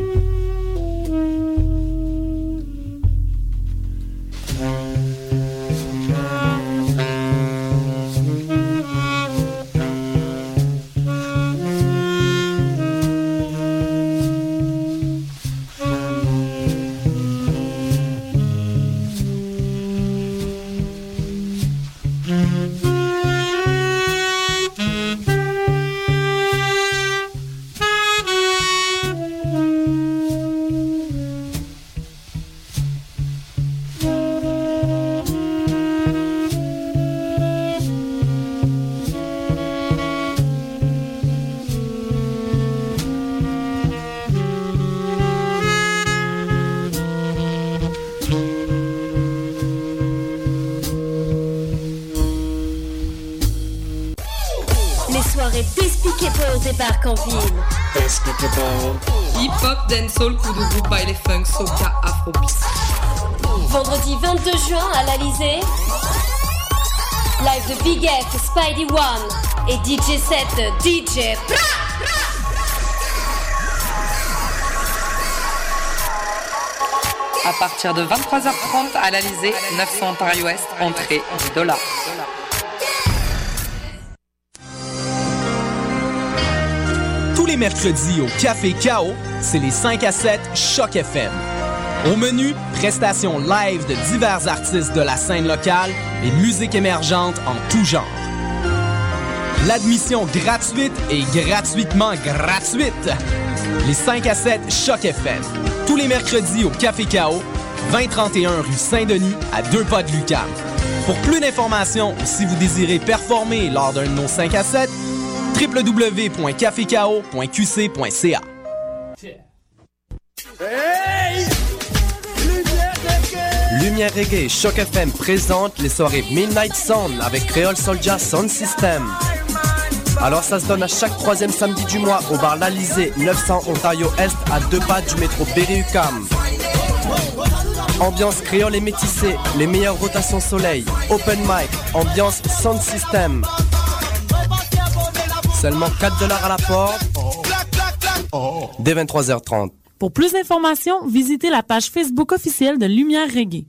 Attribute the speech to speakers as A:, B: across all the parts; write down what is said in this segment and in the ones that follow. A: 음.
B: Les soirées Despicable débarquent en ville.
C: Despicable.
D: Hip-hop, dancehall, coup de groupe, baile funk, soca, afrobeat.
B: Vendredi 22 juin à l'Alizé. Live de Big F, Spidey One et DJ 7 DJ Pra
D: À partir de 23h30 à l'Alizé, 900 Ontario Ouest, entrée 10 dollars.
E: Tous les mercredis au Café K.O., c'est les 5 à 7 Choc FM. Au menu, prestations live de divers artistes de la scène locale et musique émergente en tout genre. L'admission gratuite et gratuitement gratuite. Les 5 à 7 Choc FM. Tous les mercredis au Café K.O., 2031 rue Saint-Denis, à deux pas de Lucam. Pour plus d'informations ou si vous désirez performer lors d'un de nos 5 à 7, www.caféko.qc.ca.
F: Hey! Lumière Reggae!
G: Lumière Reggae Choc FM présente les soirées Midnight Sound avec Creole Soldier Sound System. Alors ça se donne à chaque troisième samedi du mois au bar L'Alizé, 900 Ontario Est, à deux pas du métro Berry-UQAM. Ambiance créole et métissée, les meilleures rotations soleil, open mic, ambiance sound system. Seulement 4 dollars à la porte, dès 23h30.
H: Pour plus d'informations, visitez la page Facebook officielle de Lumière Reggae.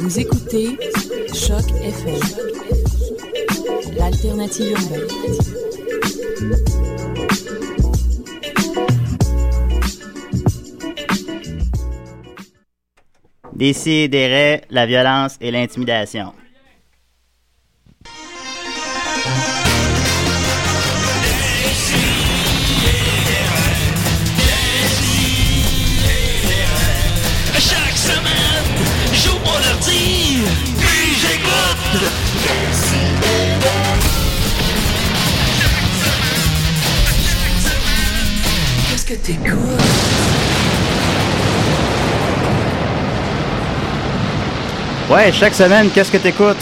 I: Vous écoutez Choc FM, l'alternative urbaine.
J: Décidérez la violence et l'intimidation.
A: Chaque semaine, j'ouvre mon ordi, puis j'écoute.
K: Qu'est-ce que t'écoutes?
J: Ouais, chaque semaine, qu'est-ce que t'écoutes?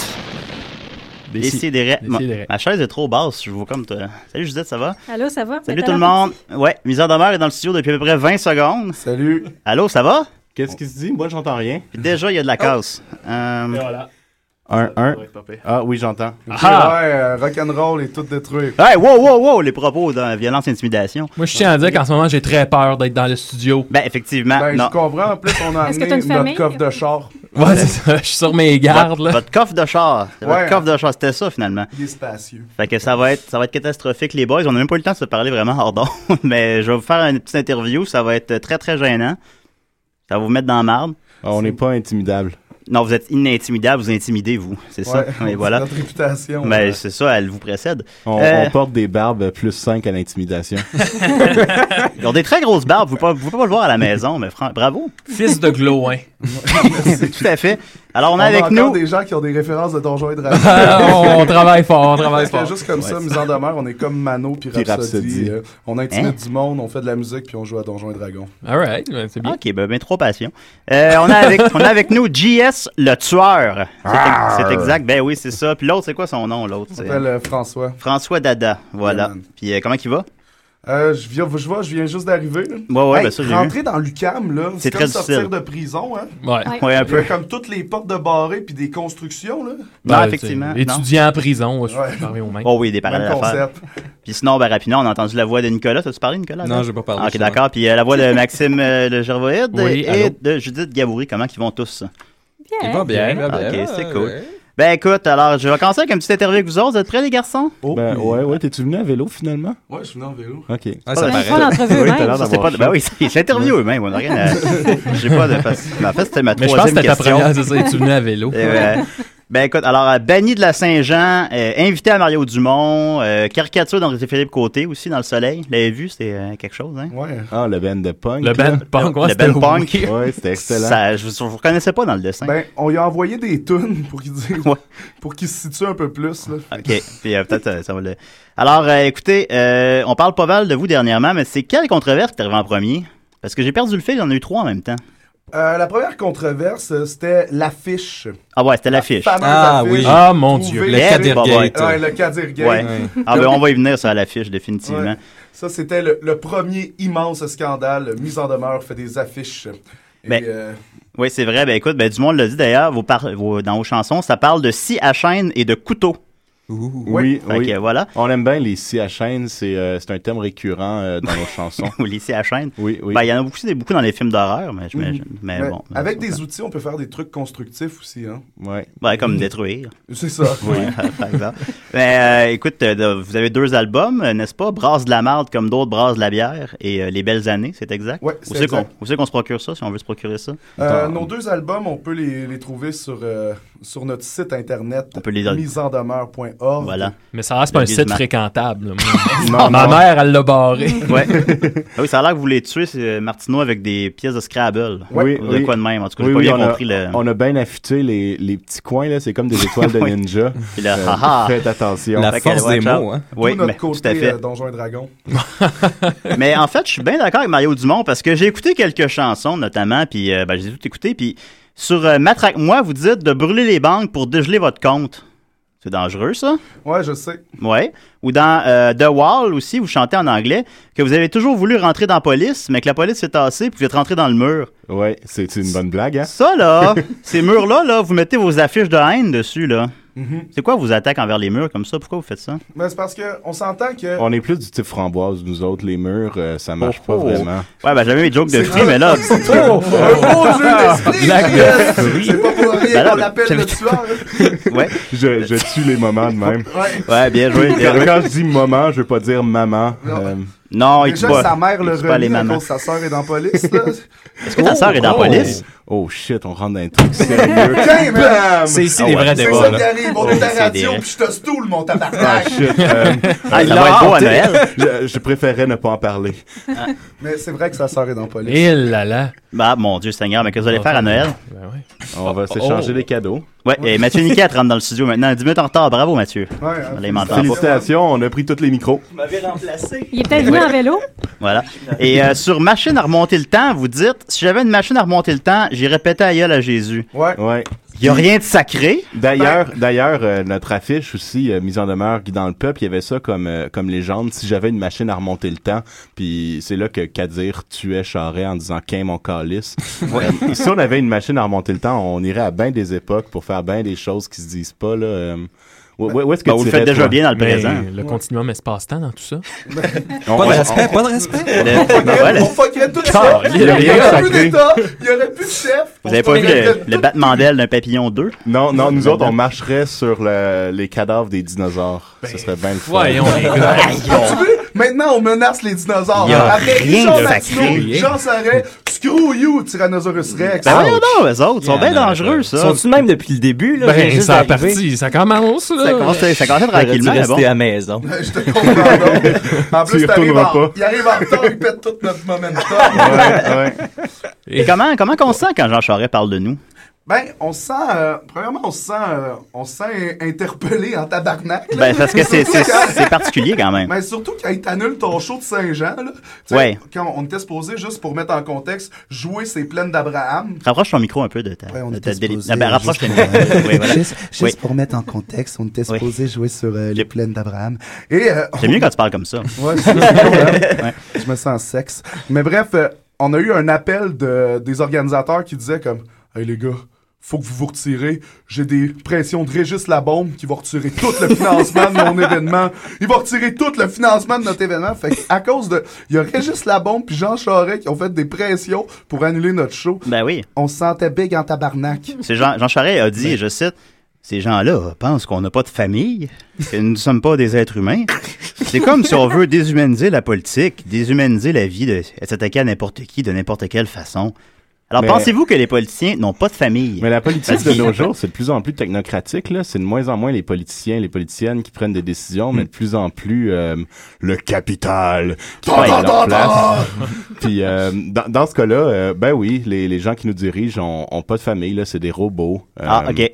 L: Décidérez.
J: Ma, ma chaise est trop basse, je vous comme toi. Salut Judith, ça
L: Ah,
J: va?
M: Allô, ça va?
J: Salut tout le monde. Ouais, Mise en demeure est dans le studio depuis à peu près 20 secondes.
L: Salut.
J: Allô, ça va?
L: Qu'est-ce qui se dit? Moi, j'entends rien.
J: Puis déjà, il y a de la casse. Euh,
L: Oh. Et voilà.
J: 1, 1.
L: Ah oui, j'entends.
J: Ah!
L: Ouais, euh, rock'n'roll est tout détruit.
J: Hey, wow, wow, wow, les propos de violence et intimidation.
N: Moi, je tiens à dire qu'en ce moment, j'ai très peur d'être dans le studio.
J: Ben, effectivement.
L: Ben,
J: non.
L: je comprends. En plus, on a
M: Est-ce que
L: amené
M: t'as une
L: notre
M: famille?
L: coffre de char.
N: Ouais, c'est ça, je suis sur mes gardes,
J: Votre,
N: là.
J: votre coffre de char. C'est Votre
L: Ouais.
J: coffre de char, c'était ça finalement.
L: Il est spacieux.
J: Fait que ça va être, ça va être catastrophique, les boys. On n'a même pas eu le temps de se parler vraiment hors d'onde, mais je vais vous faire une petite interview. Ça va être très, très gênant. Ça va vous mettre dans la marde.
L: Ah, on n'est pas intimidable.
J: Non, vous êtes inintimidable, vous intimidez, vous. C'est ça. Mais voilà.
L: Notre réputation.
J: Mais c'est ça, elle vous précède.
O: On,
J: Euh,
O: on porte des barbes plus 5 à l'intimidation.
J: Ils ont des très grosses barbes. Vous ne pouvez pas le voir à la maison, mais fran- bravo.
N: Fils de Gloin.
J: Tout à fait. Alors, Ah, on est
L: a
J: avec
L: encore
J: nous.
L: des gens qui ont des références de Donjons et Dragons.
N: on travaille fort, on travaille
L: Parce
N: fort.
L: que juste comme ça,
N: Ouais.
L: mise en demeure, on est comme Mano puis
O: Puis
L: Rhapsody.
O: Rhapsody.
L: Euh, on intimide
J: Hein?
L: du monde, on fait de la musique puis on joue à Donjons et Dragons.
N: All right, ouais, c'est bien.
J: Ok, ben, ben trop patient. Euh, on, a avec, on a avec nous JS le tueur. C'est- C'est exact. Ben oui, c'est ça. Puis l'autre, c'est quoi son nom, l'autre?
L: Je
J: C'est-
L: m'appelle Ah! euh, François.
J: François Dada, voilà.
L: Yeah, man.
J: Puis euh, comment il va?
L: Euh, je, viens, je, vois, je viens juste d'arriver. là.
J: Ouais, ouais, ben ça, j'ai vu.
L: rentrer dans l'UCAM, là,
J: C'est
L: c'est
J: très
L: comme sortir
J: difficile.
L: de prison. Hein.
N: Ouais.
M: Ouais.
J: Ouais, un
L: Il y a
J: peu.
L: comme toutes les portes de barrées puis des constructions. Là.
J: Non,
N: Ben,
J: effectivement.
N: t'sais,
J: non.
N: Étudiant en prison, ouais, je
L: Ouais.
N: suis fermé aux mains.
J: Oh oui, des parallèles
L: Même
J: à faire.
L: concept.
J: Puis sinon, ben rapidement, on a entendu la voix de Nicolas. T'as-tu parlé, Nicolas?
O: Non, j'ai pas parlé,
J: Ah, ok,
O: justement.
J: d'accord. Puis euh, la voix de Maxime euh, le Gervoïde
N: Oui,
J: et
N: allô?
J: de Judith Gaboury. Comment ils vont tous?
M: Bien.
O: bien, il va
J: Ah,
O: bien.
J: ok, c'est cool. Ben écoute, alors je vais commencer avec un petit interview avec vous autres. Vous êtes prêts, les garçons?
L: Oh,
O: Ben,
L: oui.
O: ouais, ouais, t'es-tu venu à vélo finalement?
L: Ouais, je suis venu en vélo.
O: Ok.
G: Ah,
J: ça
G: ça
J: Ouais.
M: Même
G: paraît.
M: pas l'entrevue
O: Oui, t'as
M: même.
O: l'air
J: Ça, c'est pas... Ben oui, c'est c'est interview eux-mêmes. On a rien à... J'ai pas de... parce- En fait, c'était ma
N: Mais je pense que
J: troisième
N: c'était ta
J: question.
N: première, c'est ça, et tu venais à vélo.
J: Et, euh, Ben écoute, alors, euh, banni de la Saint-Jean, euh, invité à Mario Dumont, euh, caricature d'André-Philippe Côté aussi dans le soleil. Vous l'avez vu, c'était euh, quelque chose, hein?
L: Ouais.
O: Ah, le band de punk. là.
N: Le band punk, ouais,
J: le
N: c'était
J: band punk.
N: weird.
O: Ouais, c'était excellent.
J: Ça, je ne reconnaissais pas dans le dessin.
L: Ben, on lui a envoyé des tunes pour qu'il dise- pour qu'il se situe un peu plus. Là.
J: OK. Puis euh, peut-être euh, ça va le. Alors, euh, écoutez, euh, on parle pas mal de vous dernièrement, mais c'est quelle controverse qui est arrivée en premier? Parce que j'ai perdu le fil, il y en a eu trois en même temps.
L: Euh, la première controverse, euh, c'était l'affiche.
J: Ah ouais, c'était l'affiche.
L: fameuse Ah affiche oui.
N: Ah, mon Dieu,
L: trouvée-
N: le Cadirgate.
L: Ouais, ouais, le Cadirgate.
J: Ouais.
L: Ouais.
J: Ah ben on va y venir sur l'affiche définitivement.
L: Ouais. Ça, c'était le, le premier immense scandale. Mise en demeure fait des affiches. Et,
J: Ben,
L: euh,
J: Oui, c'est vrai. Ben écoute, ben, du monde l'a dit d'ailleurs, vos par- vos- dans vos chansons, ça parle de scie à chaîne et de couteau.
O: Oui,
J: Fait
O: oui.
J: que, voilà.
O: On aime bien les scies à chaîne, c'est euh, c'est un thème récurrent euh, dans nos chansons.
J: Ou les scies à chaîne.
O: Oui, oui.
J: Ben, il y en a beaucoup, c'est beaucoup dans les films d'horreur, mais j'imagine.
L: Mhm.
J: Mais
L: ben,
J: bon. ben,
L: avec
J: ça,
L: des
J: ça-
L: outils, on peut faire des trucs constructifs aussi. Hein.
O: Ouais.
J: Ouais, comme détruire.
L: C'est ça.
J: Oui, par exemple. Mais, euh, écoute, euh, de- vous avez deux albums, euh, n'est-ce pas? Brasse de la marde comme d'autres, Brasse de la bière et euh, Les Belles Années, c'est exact?
L: Ouais,
J: Où
L: c'est
J: c'est qu'on
L: exact.
J: où c'est qu'on se procure ça, si on veut se procurer ça?
L: Euh,
J: Dans-
L: nos deux albums, on peut les, les trouver sur, euh, sur notre site internet
J: peut les-
L: miseendemeur.org.
J: Voilà.
N: Mais ça reste pas un
J: Le
N: site
J: Bismarck.
N: fréquentable. là.
J: Non,
N: Ma
J: non.
N: mère, elle l'a barré.
J: Ouais. Ah oui, ça a l'air que vous voulez tuer euh, Martineau avec des pièces de Scrabble.
O: Oui,
J: Ou de
O: oui.
J: quoi de même. En tout cas, j'ai
O: Oui,
J: pas
O: oui,
J: bien
O: on a-
J: compris le.
O: On a bien affûté les, les petits coins, là. C'est comme des étoiles de
J: Oui.
O: ninja.
J: Puis le
O: Euh,
J: haha.
O: Faites attention.
N: La force des mots, hein.
J: Oui,
L: Tout notre
J: mais,
L: côté
J: tout à fait.
L: euh, Donjons et Dragons.
J: mais en fait, je suis bien d'accord avec Mario Dumont parce que j'ai écouté quelques chansons, notamment, puis euh, ben, j'ai tout écouté. Puis sur euh, Matraque-moi, vous dites de brûler les banques pour dégeler votre compte. C'est dangereux, ça?
L: Ouais, je sais.
J: Ouais. Ou dans euh, The Wall aussi, vous chantez en anglais, que vous avez toujours voulu rentrer dans la police, mais que la police s'est tassée, puis vous êtes rentré dans le mur.
O: Ouais, c'est une bonne blague, hein?
J: Ça, là, ces murs-là, là, vous mettez vos affiches de haine dessus, là.
O: Mm-hmm.
L: Mhm.
J: C'est quoi vos attaques envers les murs comme ça? Pourquoi vous faites ça?
L: Mais c'est parce qu'on s'entend que.
O: On est plus du type framboise, nous autres, les murs, euh, ça marche pas
J: Oh, oh.
O: vraiment.
J: Ouais, ben j'avais mes jokes de
L: C'est
J: fruits, mais là... Ah.
L: Oh, un beau jeu d'esprit!
O: Ah, Blague Bah de
L: yes!
O: fruits.
L: C'est pas pour rien
J: Ben là,
L: qu'on l'appelle le tueur.
J: Ouais,
O: Je, je tue les moments de même.
L: Ouais.
J: ouais bien joué. bien
O: Quand,
J: joué.
O: quand je dis moment, je veux pas dire maman. euh,
J: Non, Ah, il tue
L: Déjà,
J: pas.
L: sa mère
J: il
L: le
J: tue pas les
L: renie à
J: mamans.
L: cause de sa sœur est dans la police. là.
J: Est-ce que ta sœur est dans la police?
O: oh shit, on rentre dans un truc sérieux.
L: Tiens, man!
N: C'est ici
J: Ah
N: les
J: ouais.
N: vrais
L: C'est
N: débats.
L: ça
N: là.
L: qui arrive. On
J: Oh,
L: est à
J: c'est
L: la radio,
J: des-
L: puis je te stoule, mon
O: Ah
L: tabarnak!
O: shit. euh,
J: Ah, ça
O: là,
J: va être beau hein, à
O: t'es-
J: Noël.
O: je, je préférais ne pas en parler.
L: Mais c'est vrai que sa sœur est dans la police.
N: Et Eh là là.
J: Bah, mon Dieu Seigneur, mais que vous allez faire à Noël?
N: Ben ouais.
O: On va
N: Oh.
O: s'échanger les cadeaux.
J: Ouais, et Mathieu Niquette rentre dans le studio maintenant. 10 minutes en retard, bravo Mathieu.
L: Ouais,
J: Là,
L: hein,
J: il m'entend pas.
O: Félicitations, on a pris tous les micros.
C: Il est peut-être venu en vélo.
J: Voilà. Et euh, sur Machine à remonter le temps, vous dites si j'avais une machine à remonter le temps, j'y répétais aïeul à Jésus.
L: Ouais.
O: Ouais.
J: Il n'y a rien de sacré.
O: D'ailleurs,
N: Ben,
O: d'ailleurs, euh, notre affiche aussi, euh, mise en demeure, guidant le peuple, il y avait ça comme euh, comme légende. Si j'avais une machine à remonter le temps, puis c'est là que Kadir tuait Charret en disant qu'un mon calice. Euh, si on avait une machine à remonter le temps, on irait à bien des époques pour faire bien des choses qui se disent pas là. euh, où, où- où est-ce que
J: Ben,
O: tu
J: vous le faites
O: irais,
J: déjà
O: toi?
J: bien dans le
N: Mais
J: présent.
N: le continuum espace-temps dans tout ça.
O: On-
M: Pas
O: on-
M: de respect, pas de respect.
J: Le- ben ouais, le-
L: On fuckerait tout ça.
J: Car-
L: Il n'y
J: il y a
L: aurait
J: rien
L: plus
J: sacré.
L: d'État, il n'y aurait plus de chef.
J: vous avez pas vu hein. le, le battement d'aile d'un papillon Ben, 2
O: Non, non, nous autres, on marcherait sur le- les cadavres des dinosaures. Ce serait bien le fun.
N: Ben, Voyons les gars.
L: Tu veux? Maintenant, on menace les dinosaures.
J: Y a
L: Après
J: rien
L: Richard
J: de
L: Martineau,
J: sacré.
L: Jean Sarret, screw you, Tyrannosaurus Rex.
J: Ben voyons donc, eux autres, ils sont bien dangereux,
M: Ils
J: ça.
M: sont-tu de même depuis le début, là? J'ai
N: Ben,
M: juste
N: ça a
M: arrivé.
N: parti. Ça commence, là.
J: Ça commence, ça commence tranquillement,
M: J'aurais dû
J: mais bon.
M: rester à la maison.
L: Je te comprends donc. En
O: Tu
L: plus,
O: y
L: t'arrives
O: retourneras
L: en-
O: pas.
L: il arrive en retard, il pète tout notre momentum.
O: Ouais, ouais.
J: Et comment, comment qu'on se sent quand Jean Charest parle de nous?
L: Ben, on se sent, euh, premièrement, on se sent, euh, on se sent interpellé en tabarnak. là.
J: Ben, parce que c'est, c'est,
L: Surtout quand-
J: c'est particulier quand même.
L: Mais surtout quand ils t'annulent ton show de Saint-Jean, là. Tu sais,
J: Ouais.
L: Quand on était supposé, juste pour mettre en contexte, jouer ses plaines d'Abraham.
J: Rapproche ton micro un peu de ta,
P: Ouais, on
J: de
P: était
J: ta déli-
P: supposé,
J: Ah, ben,
P: euh,
J: rapproche ton
P: juste
J: micro. Oui, voilà.
P: Juste, juste
J: Oui.
P: pour mettre en contexte, on était
J: Oui.
P: supposé jouer sur euh, les plaines d'Abraham. Et euh,
J: C'est mieux quand tu parles comme ça.
P: Ouais, c'est- c'est drôle, hein? Je me sens sexe.
L: Mais bref, euh, on a eu un appel de, des organisateurs qui disaient comme Hey les gars, faut que vous vous retirez. J'ai des pressions de Régis Labombe qui va retirer tout le financement de mon événement. Il va retirer tout le financement de notre événement. Fait que à cause de. Il y a Régis Labombe puis Jean Charest qui ont fait des pressions pour annuler notre show.
J: Ben oui.
L: On se sentait big en tabarnak.
J: C'est Jean, Jean Charest a
L: Ben.
J: dit, et je cite, ces gens-là pensent qu'on n'a pas de famille, que nous ne sommes pas des êtres humains. C'est comme si on veut déshumaniser la politique, déshumaniser la vie, de, et s'attaquer à n'importe qui de n'importe quelle façon. Alors,
O: Mais-
J: pensez-vous que les politiciens n'ont pas de famille?
O: Mais la politique
J: Parce
O: de
J: qu'ils-
O: nos jours, c'est de plus en plus technocratique. là. C'est de moins en moins les politiciens, les politiciennes qui prennent des décisions, mais de plus en plus euh, le capital qui
L: Ta,
O: prend
L: ta, ta,
O: leur place.
L: ta.
O: Puis euh, dans, dans ce cas-là, euh, ben oui, les, les gens qui nous dirigent ont, ont pas de famille. là. C'est des robots.
J: Ah,
O: Euh,
J: ok.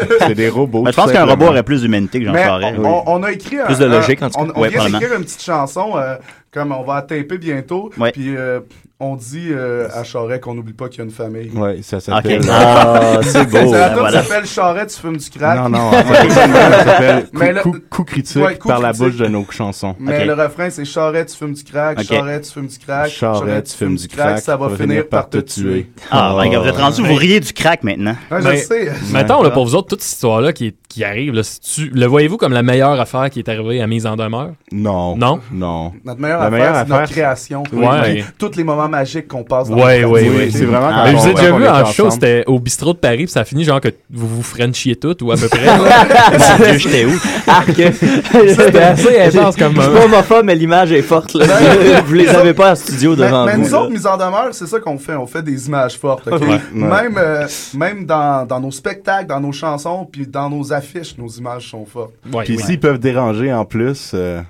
O: C'est des robots.
J: Ben, je
O: tout
J: pense qu'un
O: simplement.
J: robot aurait plus d'humanité que Jean
L: Mais
J: Charest.
L: on, on- on a écrit un-
J: Plus de
L: un-
J: logique, en tout cas.
L: On, on
J: Ouais,
L: vient
J: probablement.
L: d'écrire une petite chanson, euh, comme on va taper bientôt.
J: Ouais.
L: Puis euh, on dit euh, à Charret qu'on n'oublie pas qu'il y a une famille.
O: Ouais, ça s'appelle.
J: Ok. Ah,
O: c'est beau.
L: Ça
O: Ben voilà.
L: s'appelle Charret, tu fumes du crack.
O: Non, non, en fait, ça s'appelle coup-
L: Mais le-
O: coup- coup critique
L: Ouais, coup
O: par la
L: critique.
O: bouche de nos chansons.
L: Mais le refrain, c'est Charret, tu fumes du crack,
O: Ok.
L: Charret, tu fumes du crack,
O: Charret, tu fumes du crack,
L: ça va finir par te tuer.
J: Ah,
N: Ah,
J: ben, regarde, vous êtes rendu,
N: ouais.
J: vous riez du crack maintenant.
L: Ouais, je sais.
N: Ben, Mettons, là, pour vous autres, toute cette histoire-là qui, est- qui arrive, là, si tu- le voyez-vous comme la meilleure affaire qui est arrivée à mise en demeure?
O: Non.
N: Non?
O: Non.
L: Notre meilleure affaire, c'est notre création.
N: Ouais.
L: Puis Tous les moments magiques qu'on passe dans
N: Ouais,
L: notre
N: ouais,
L: activité.
N: ouais. Ah, Mais vous avez déjà vu en show, c'était au bistrot de Paris, puis ça a fini genre que vous vous frenchiez tout ou à peu près.
M: Mon Dieu, j'étais où? Arc. C'était assez intense comme Ben, Je suis pas homophobe, mais l'image est forte. Là. vous les avez pas en studio
L: Mais,
M: devant
L: mais
M: vous.
L: nous
M: là.
L: autres, mise en demeure, c'est ça qu'on fait. On fait des images fortes. ok?
M: Ouais, ouais.
L: Même, euh, même dans, dans nos spectacles, dans nos chansons, puis dans nos affiches, nos images sont fortes.
O: Puis s'ils peuvent déranger en plus, euh,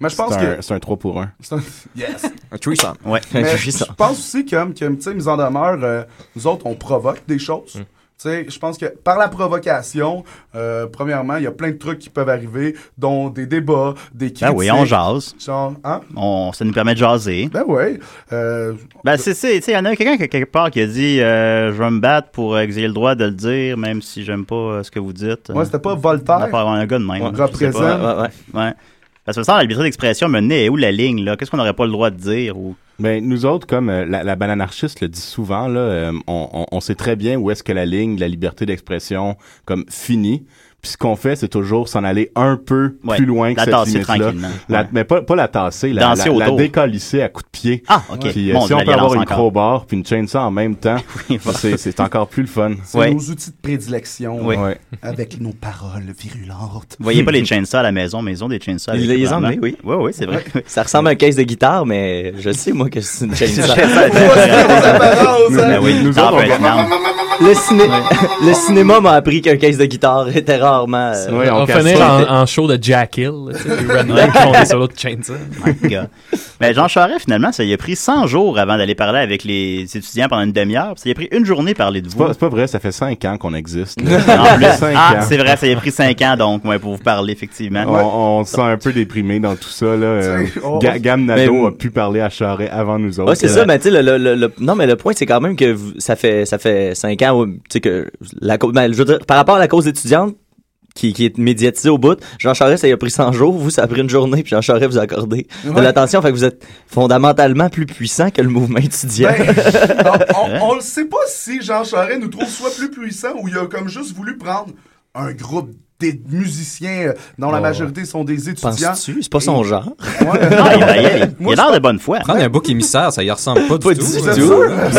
L: Mais je pense
O: c'est un-
L: que-
O: c'est un 3 pour 1.
L: C'est un- Yes!
M: Un threesome.
J: Ouais.
L: Mais je pense aussi comme que, tu sais, mise en demeure, euh, nous autres, on provoque des choses.
N: Mm.
L: Tu sais, je pense que par la provocation, euh, premièrement, il y a plein de trucs qui peuvent arriver, dont des débats, des
M: Ah
L: critiques.
J: Ben oui, on jase.
L: Genre, hein?
J: On, ça nous permet de jaser.
L: Ben oui. Euh,
J: Ben, c'est ça. Il y en a quelqu'un qui- quelque part qui a dit euh, Je vais me battre pour euh, que vous ayez le droit de le dire, même si j'aime pas euh, ce que vous dites.
L: Moi, c'était pas
J: On
L: Voltaire.
J: va un gars de même. là,
L: Ouais,
J: je sais pas.
L: représente.
J: Ouais, ouais, ouais. Parce que ça, la liberté d'expression menée est où la ligne, là? Qu'est-ce qu'on n'aurait pas le droit de dire? Ou...
O: Ben, nous autres, comme euh, la, la bananarchiste le dit souvent, là, euh, on, on- on sait très bien où est-ce que la ligne de la liberté d'expression comme finit. Puis ce qu'on fait, c'est toujours s'en aller un peu
J: Ouais,
O: plus loin que
J: la
O: cette
J: tasser
O: limite-là.
J: tranquillement.
O: La-
J: Ouais.
O: Mais pas, pas la tasser, la,
J: Danser
O: la, la
J: autour.
O: décalisser à coups de pied.
J: Ah, ok.
O: Puis, euh,
J: Mon
O: si
J: Dieu,
O: on
J: la
O: peut avoir une
J: violence encore.
O: crowbar puis une chainsaw en même temps, c'est c'est encore plus le fun.
L: C'est nos outils de prédilection
O: Oui.
L: euh,
O: Ouais.
L: avec nos paroles virulentes.
J: Vous voyez pas les chainsaws à la maison, mais ils ont des chainsaws.
M: Ils les ont, oui.
J: Oui, oui, c'est vrai.
M: Ça ressemble à un caisse de guitare, mais je sais, moi, que c'est une chaîne.
J: Ben oui,
M: Nous
J: ça
M: autres,
J: peut
M: on
J: être
M: va-
J: énorme.
M: Le, ciné- le cinéma m'a appris qu'un caisse de guitare était rarement. euh,
N: on va finir en, en show de Jack Hill, là, tu sais, puis Redneck, on est sur l'autre chainsaw.
J: My God. Mais Jean Charest, finalement, ça y a pris 100 jours avant d'aller parler avec les étudiants pendant une demi-heure. puis Ça y a pris une journée parler de
O: C'est
J: vous.
O: pas, c'est pas vrai, ça fait cinq ans qu'on existe.
J: En plus, ah, c'est vrai, ça y a pris 5 ans, donc, ouais, pour vous parler, effectivement.
O: On, on se sent un peu déprimé dans tout ça. Là. Euh,
J: Tu sais, on-
O: Ga- Gam Nadeau
M: Mais-
O: a pu parler à Charret avant nous autres.
M: Ouais, c'est ça, mais tu sais, le, le- le- le- non, mais le point, c'est quand même que vous- ça fait, ça fait cinq ans, ouais, tu sais, que la, cau- ben, je veux dire, par rapport à la cause étudiante, qui, qui est médiatisée au bout, Jean Charest, ça y a pris 100 jours, vous, ça a pris une journée, puis Jean Charest vous a accordé de
L: Ouais.
M: l'attention, fait que vous êtes fondamentalement plus puissant que le mouvement étudiant.
L: Ben, On le sait pas si Jean Charest nous trouve soit plus puissant ou il a comme juste voulu prendre un groupe des musiciens euh, dont la
M: Oh.
L: majorité sont des étudiants.
M: Penses-tu? C'est pas son
L: Et-
M: genre.
L: Ouais.
J: Ah, il a- il a- il
L: Moi,
J: a
L: je
J: l'air de bonne foi.
Q: Prendre un bouc émissaire, ça y ressemble pas du tout.
L: du tout.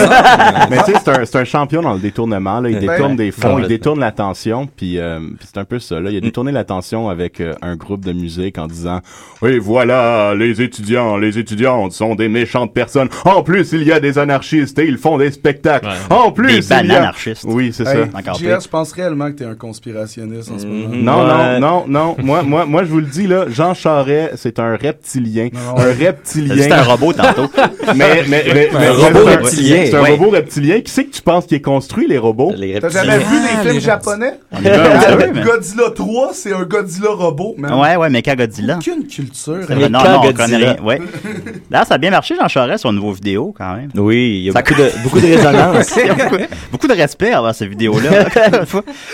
O: mais tu sais, c'est un, c'est un champion dans le détournement. Là. Il
L: Ben,
O: détourne
L: ouais.
O: des fonds, il
L: Complètement.
O: détourne l'attention. Puis euh, puis c'est un peu ça. Là. Il a détourné l'attention avec euh, un groupe de musique en disant « Oui, voilà, les étudiants, les étudiantes sont des méchantes personnes. En plus, il y a des anarchistes et ils font des spectacles. En plus, il
J: Des
O: y a-
J: bananarchistes.
O: Oui, c'est
L: Hey,
O: ça.
L: JS, je pense réellement que t'es un conspirationniste en ce moment.
O: Mm-hmm. Non, non, non, non. Moi, moi, moi, je vous le dis, là, Jean Charret, c'est un reptilien. Un reptilien.
J: T'as dit un robot tantôt.
O: mais, mais, mais,
J: Un
O: mais-
J: robot
O: mais c'est
J: reptilien.
O: C'est un
J: Ouais.
O: robot reptilien. Qui c'est que tu penses qui est construit, les robots? Les
L: T'as
M: Ah,
L: jamais vu des films japonais?
J: On est bien, on est bien, mais-
L: Godzilla 3, c'est un Godzilla robot, man.
J: Ouais, ouais, mais Godzilla.
L: Aucune culture.
J: C'est vrai, Non, non, on connaît rien. Ouais. Là, ça a bien marché, Jean Charest, son nouveau vidéo, quand même.
M: Oui, il y a
J: Ça-
M: beaucoup de, beaucoup de résonance.
J: Il y a beaucoup, beaucoup de respect avant cette vidéo-là.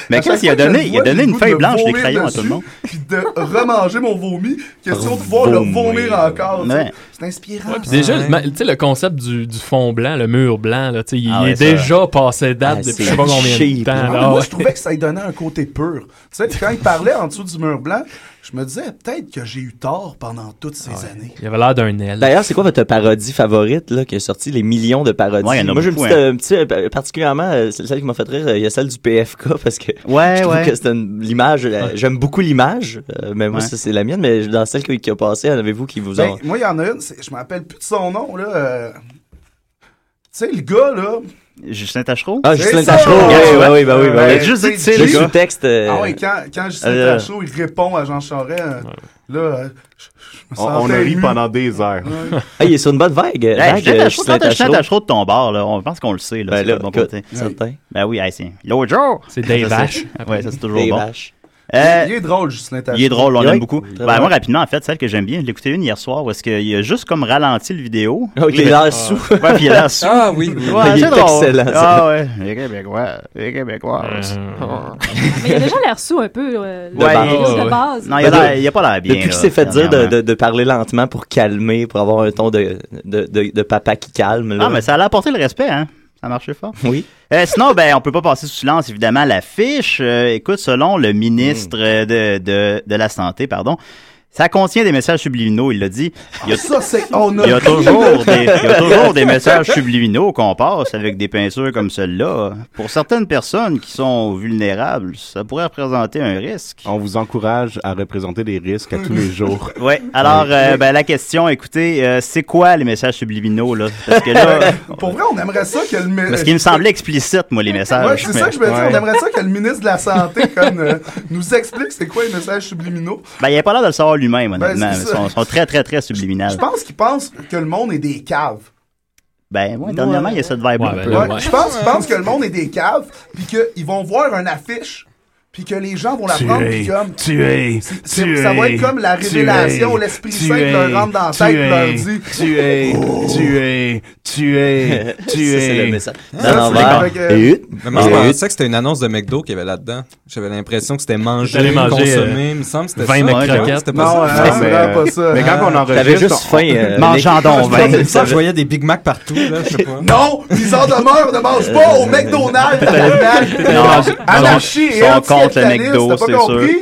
J: mais qu'est-ce qu'il a donné? Il a donné une feuille blanche, des
L: des
J: crayons à tout le monde.
L: Puis de remanger mon vomi, question de pouvoir le vomir encore. tu sais.
J: Ouais.
L: C'est inspirant.
N: Puis déjà, le- ma- tu sais, le concept du, du fond blanc, le mur blanc, là, tu sais, il,
L: Ah
N: il
L: ouais,
N: est
L: ça-
N: déjà passé date
L: Ah,
N: depuis
L: c'est
N: je sais pas combien de
L: cheap,
N: temps.
L: là.
N: là,
L: Ah, Moi,
N: Ah ouais.
L: je trouvais que ça lui donnait un côté pur. Tu sais, quand il parlait en dessous du mur blanc, je me disais peut-être que j'ai eu tort pendant toutes
J: Ah
L: ces années.
N: Il avait l'air d'un aile.
M: D'ailleurs, c'est quoi votre parodie favorite là, qui a sorti les millions de parodies?
N: Ouais, il y en a
M: Moi, j'ai une
N: beaucoup,
M: petite,
J: hein.
M: euh, petite, euh, particulièrement, euh, c'est celle qui m'a fait rire, euh, il y a celle du PFK parce que je trouve
J: ouais.
M: que c'est une- l'image, euh, j'aime beaucoup l'image, euh, mais moi,
J: Ouais.
M: ça, c'est la mienne, mais dans celle qui, qui a passé, en avez-vous qui vous
L: Ben,
M: ont...
L: moi, il y en a une, c'est- je me rappelle plus de son nom, là. euh, Tu sais, le gars, là,
J: Justin Tachereau?
M: Ah, Justin Tachereau, oui, oui, oui, oui, oui.
J: Juste dit,
M: c'est le sous-texte. euh,
L: Ah oui, quand, quand Justin
M: euh,
L: Tachereau, il répond à Jean Charest, euh, là, euh, je, je me
O: On,
L: sentais
O: on a ri
L: ému.
O: pendant des heures.
M: Ah, il est sur une bonne vague.
J: Hey,
M: vague,
J: Justin
M: euh,
J: Tachereau,
M: Justin
J: quand t'as Justin
M: Tachereau.
J: Tachereau de ton bord, là, on pense qu'on le sait. Là,
M: Ben
J: c'est
M: là,
J: le bon
M: écoute,
J: côté.
M: certain.
J: Ben oui, hey, c'est l'autre jour.
N: C'est Dave
J: Ça,
N: Vache,
J: Ouais, ça, c'est toujours
M: Dave
J: bon.
M: Vache.
J: Euh,
L: Il est drôle, Justin Tachereau.
J: Il est drôle, on
M: Oui.
J: l'aime beaucoup.
M: Très
J: Ben,
M: drôle.
J: moi, rapidement, en fait, celle que j'aime bien, je l'ai écoutée une hier soir où est-ce qu'il a juste comme ralenti le vidéo.
M: Ah, il a l'air sous.
J: Ouais, puis il a l'air sous.
M: Ah oui, oui.
J: Ouais,
M: Il
J: c'est
M: est
J: drôle.
M: excellent, ça.
J: Ah ouais, les Québécois, les Québécois.
C: Mais il a déjà l'air sous un peu. euh,
M: De base.
C: juste
J: Ouais, ouais.
C: de base.
J: Non, il a
M: Ben,
J: l'air- il a pas l'air bien.
M: Depuis
J: là,
M: qu'il s'est fait dire de,
J: dernièrement.
M: de, de parler lentement pour calmer, pour avoir un ton de, de, de, de papa qui calme. Là.
J: Ah, mais ça allait apporter le respect, hein. Ça marchait fort.
M: Oui.
J: Euh, sinon, ben, on peut pas passer sous silence, évidemment, la fiche. Euh, écoute, selon le ministre euh, de, de, de la Santé, pardon, ça contient des messages subliminaux, il l'a dit. Il y a,
L: Ça, c'est. On a
J: il y a
L: ri.
J: toujours des, il y a toujours des messages subliminaux qu'on passe avec des peintures comme celle-là. Pour certaines personnes qui sont vulnérables, ça pourrait représenter un risque.
O: On vous encourage à représenter des risques à tous les jours.
J: Ouais. Alors, euh, ben, la question, écoutez, euh, c'est quoi les messages subliminaux, là? Parce que là,
L: Pour vrai, on aimerait ça que le. mi-
J: parce qu'il me semblait explicite, moi, les messages.
L: Ouais, c'est ça que je veux dire. On aimerait ça que le ministre de la Santé comme, euh, nous explique c'est quoi les messages subliminaux.
J: Ben, il a pas l'air de le savoir lui-même, honnêtement.
L: Ben, c'est
J: Ils
L: ça.
J: sont, sont très, très, très subliminales.
L: Je pense qu'il pense que le monde est des caves.
J: Ben, moi, dernièrement, il y a cette vibe-là.
N: Ouais,
J: un
N: ben
J: peu.
N: là,
L: Ouais, Je pense, je pense que le monde est des caves, puis qu'ils vont voir une affiche, puis que les gens vont la
F: Tu
L: prendre,
F: es,
L: puis comme.
F: tu es,
L: c'est-
F: tu
L: c'est- Ça va
F: es,
L: être comme la
F: tu
L: révélation,
F: es,
L: l'Esprit
F: tu
L: Saint
F: es,
L: leur rentre dans la
F: tu
L: tête,
F: es,
L: leur dit. Oh.
F: Tu es, tu es, tu es,
M: Ça,
F: tu
M: c'est le
F: es.
M: message.
L: Hein? Ça,
M: Dans
L: c'est
M: l'envers.
L: avec, euh,
M: Et-
Q: Mais moi, je
M: Et-
Q: pensais que c'était une annonce de McDo qu'il y avait là-dedans. J'avais l'impression que c'était mangé,
N: T'allais manger,
Q: consommé.
N: euh,
Q: Il me semble que c'était
N: 20
Q: ça.
N: mecs
Q: Ouais,
N: croquettes.
Q: C'était pas
L: Non,
Q: ça.
L: euh, non,
O: mais,
L: non, pas ça.
O: Mais quand on
M: T'avais
O: enregistre,
M: juste
O: on-
M: faim. euh,
J: Mangeant
M: Nick.
J: donc, ben.
Q: Il me semble que je voyais des Big Mac partout. Là, je sais pas.
L: Non, ils en demeurent, ne mange pas au McDonald's. tabarnak.
J: non,
L: Anarchie
J: ils
L: et
J: sont contre le
L: anti-capitaliste,
J: McDo,
L: t'as pas
J: c'est sûr.
L: compris?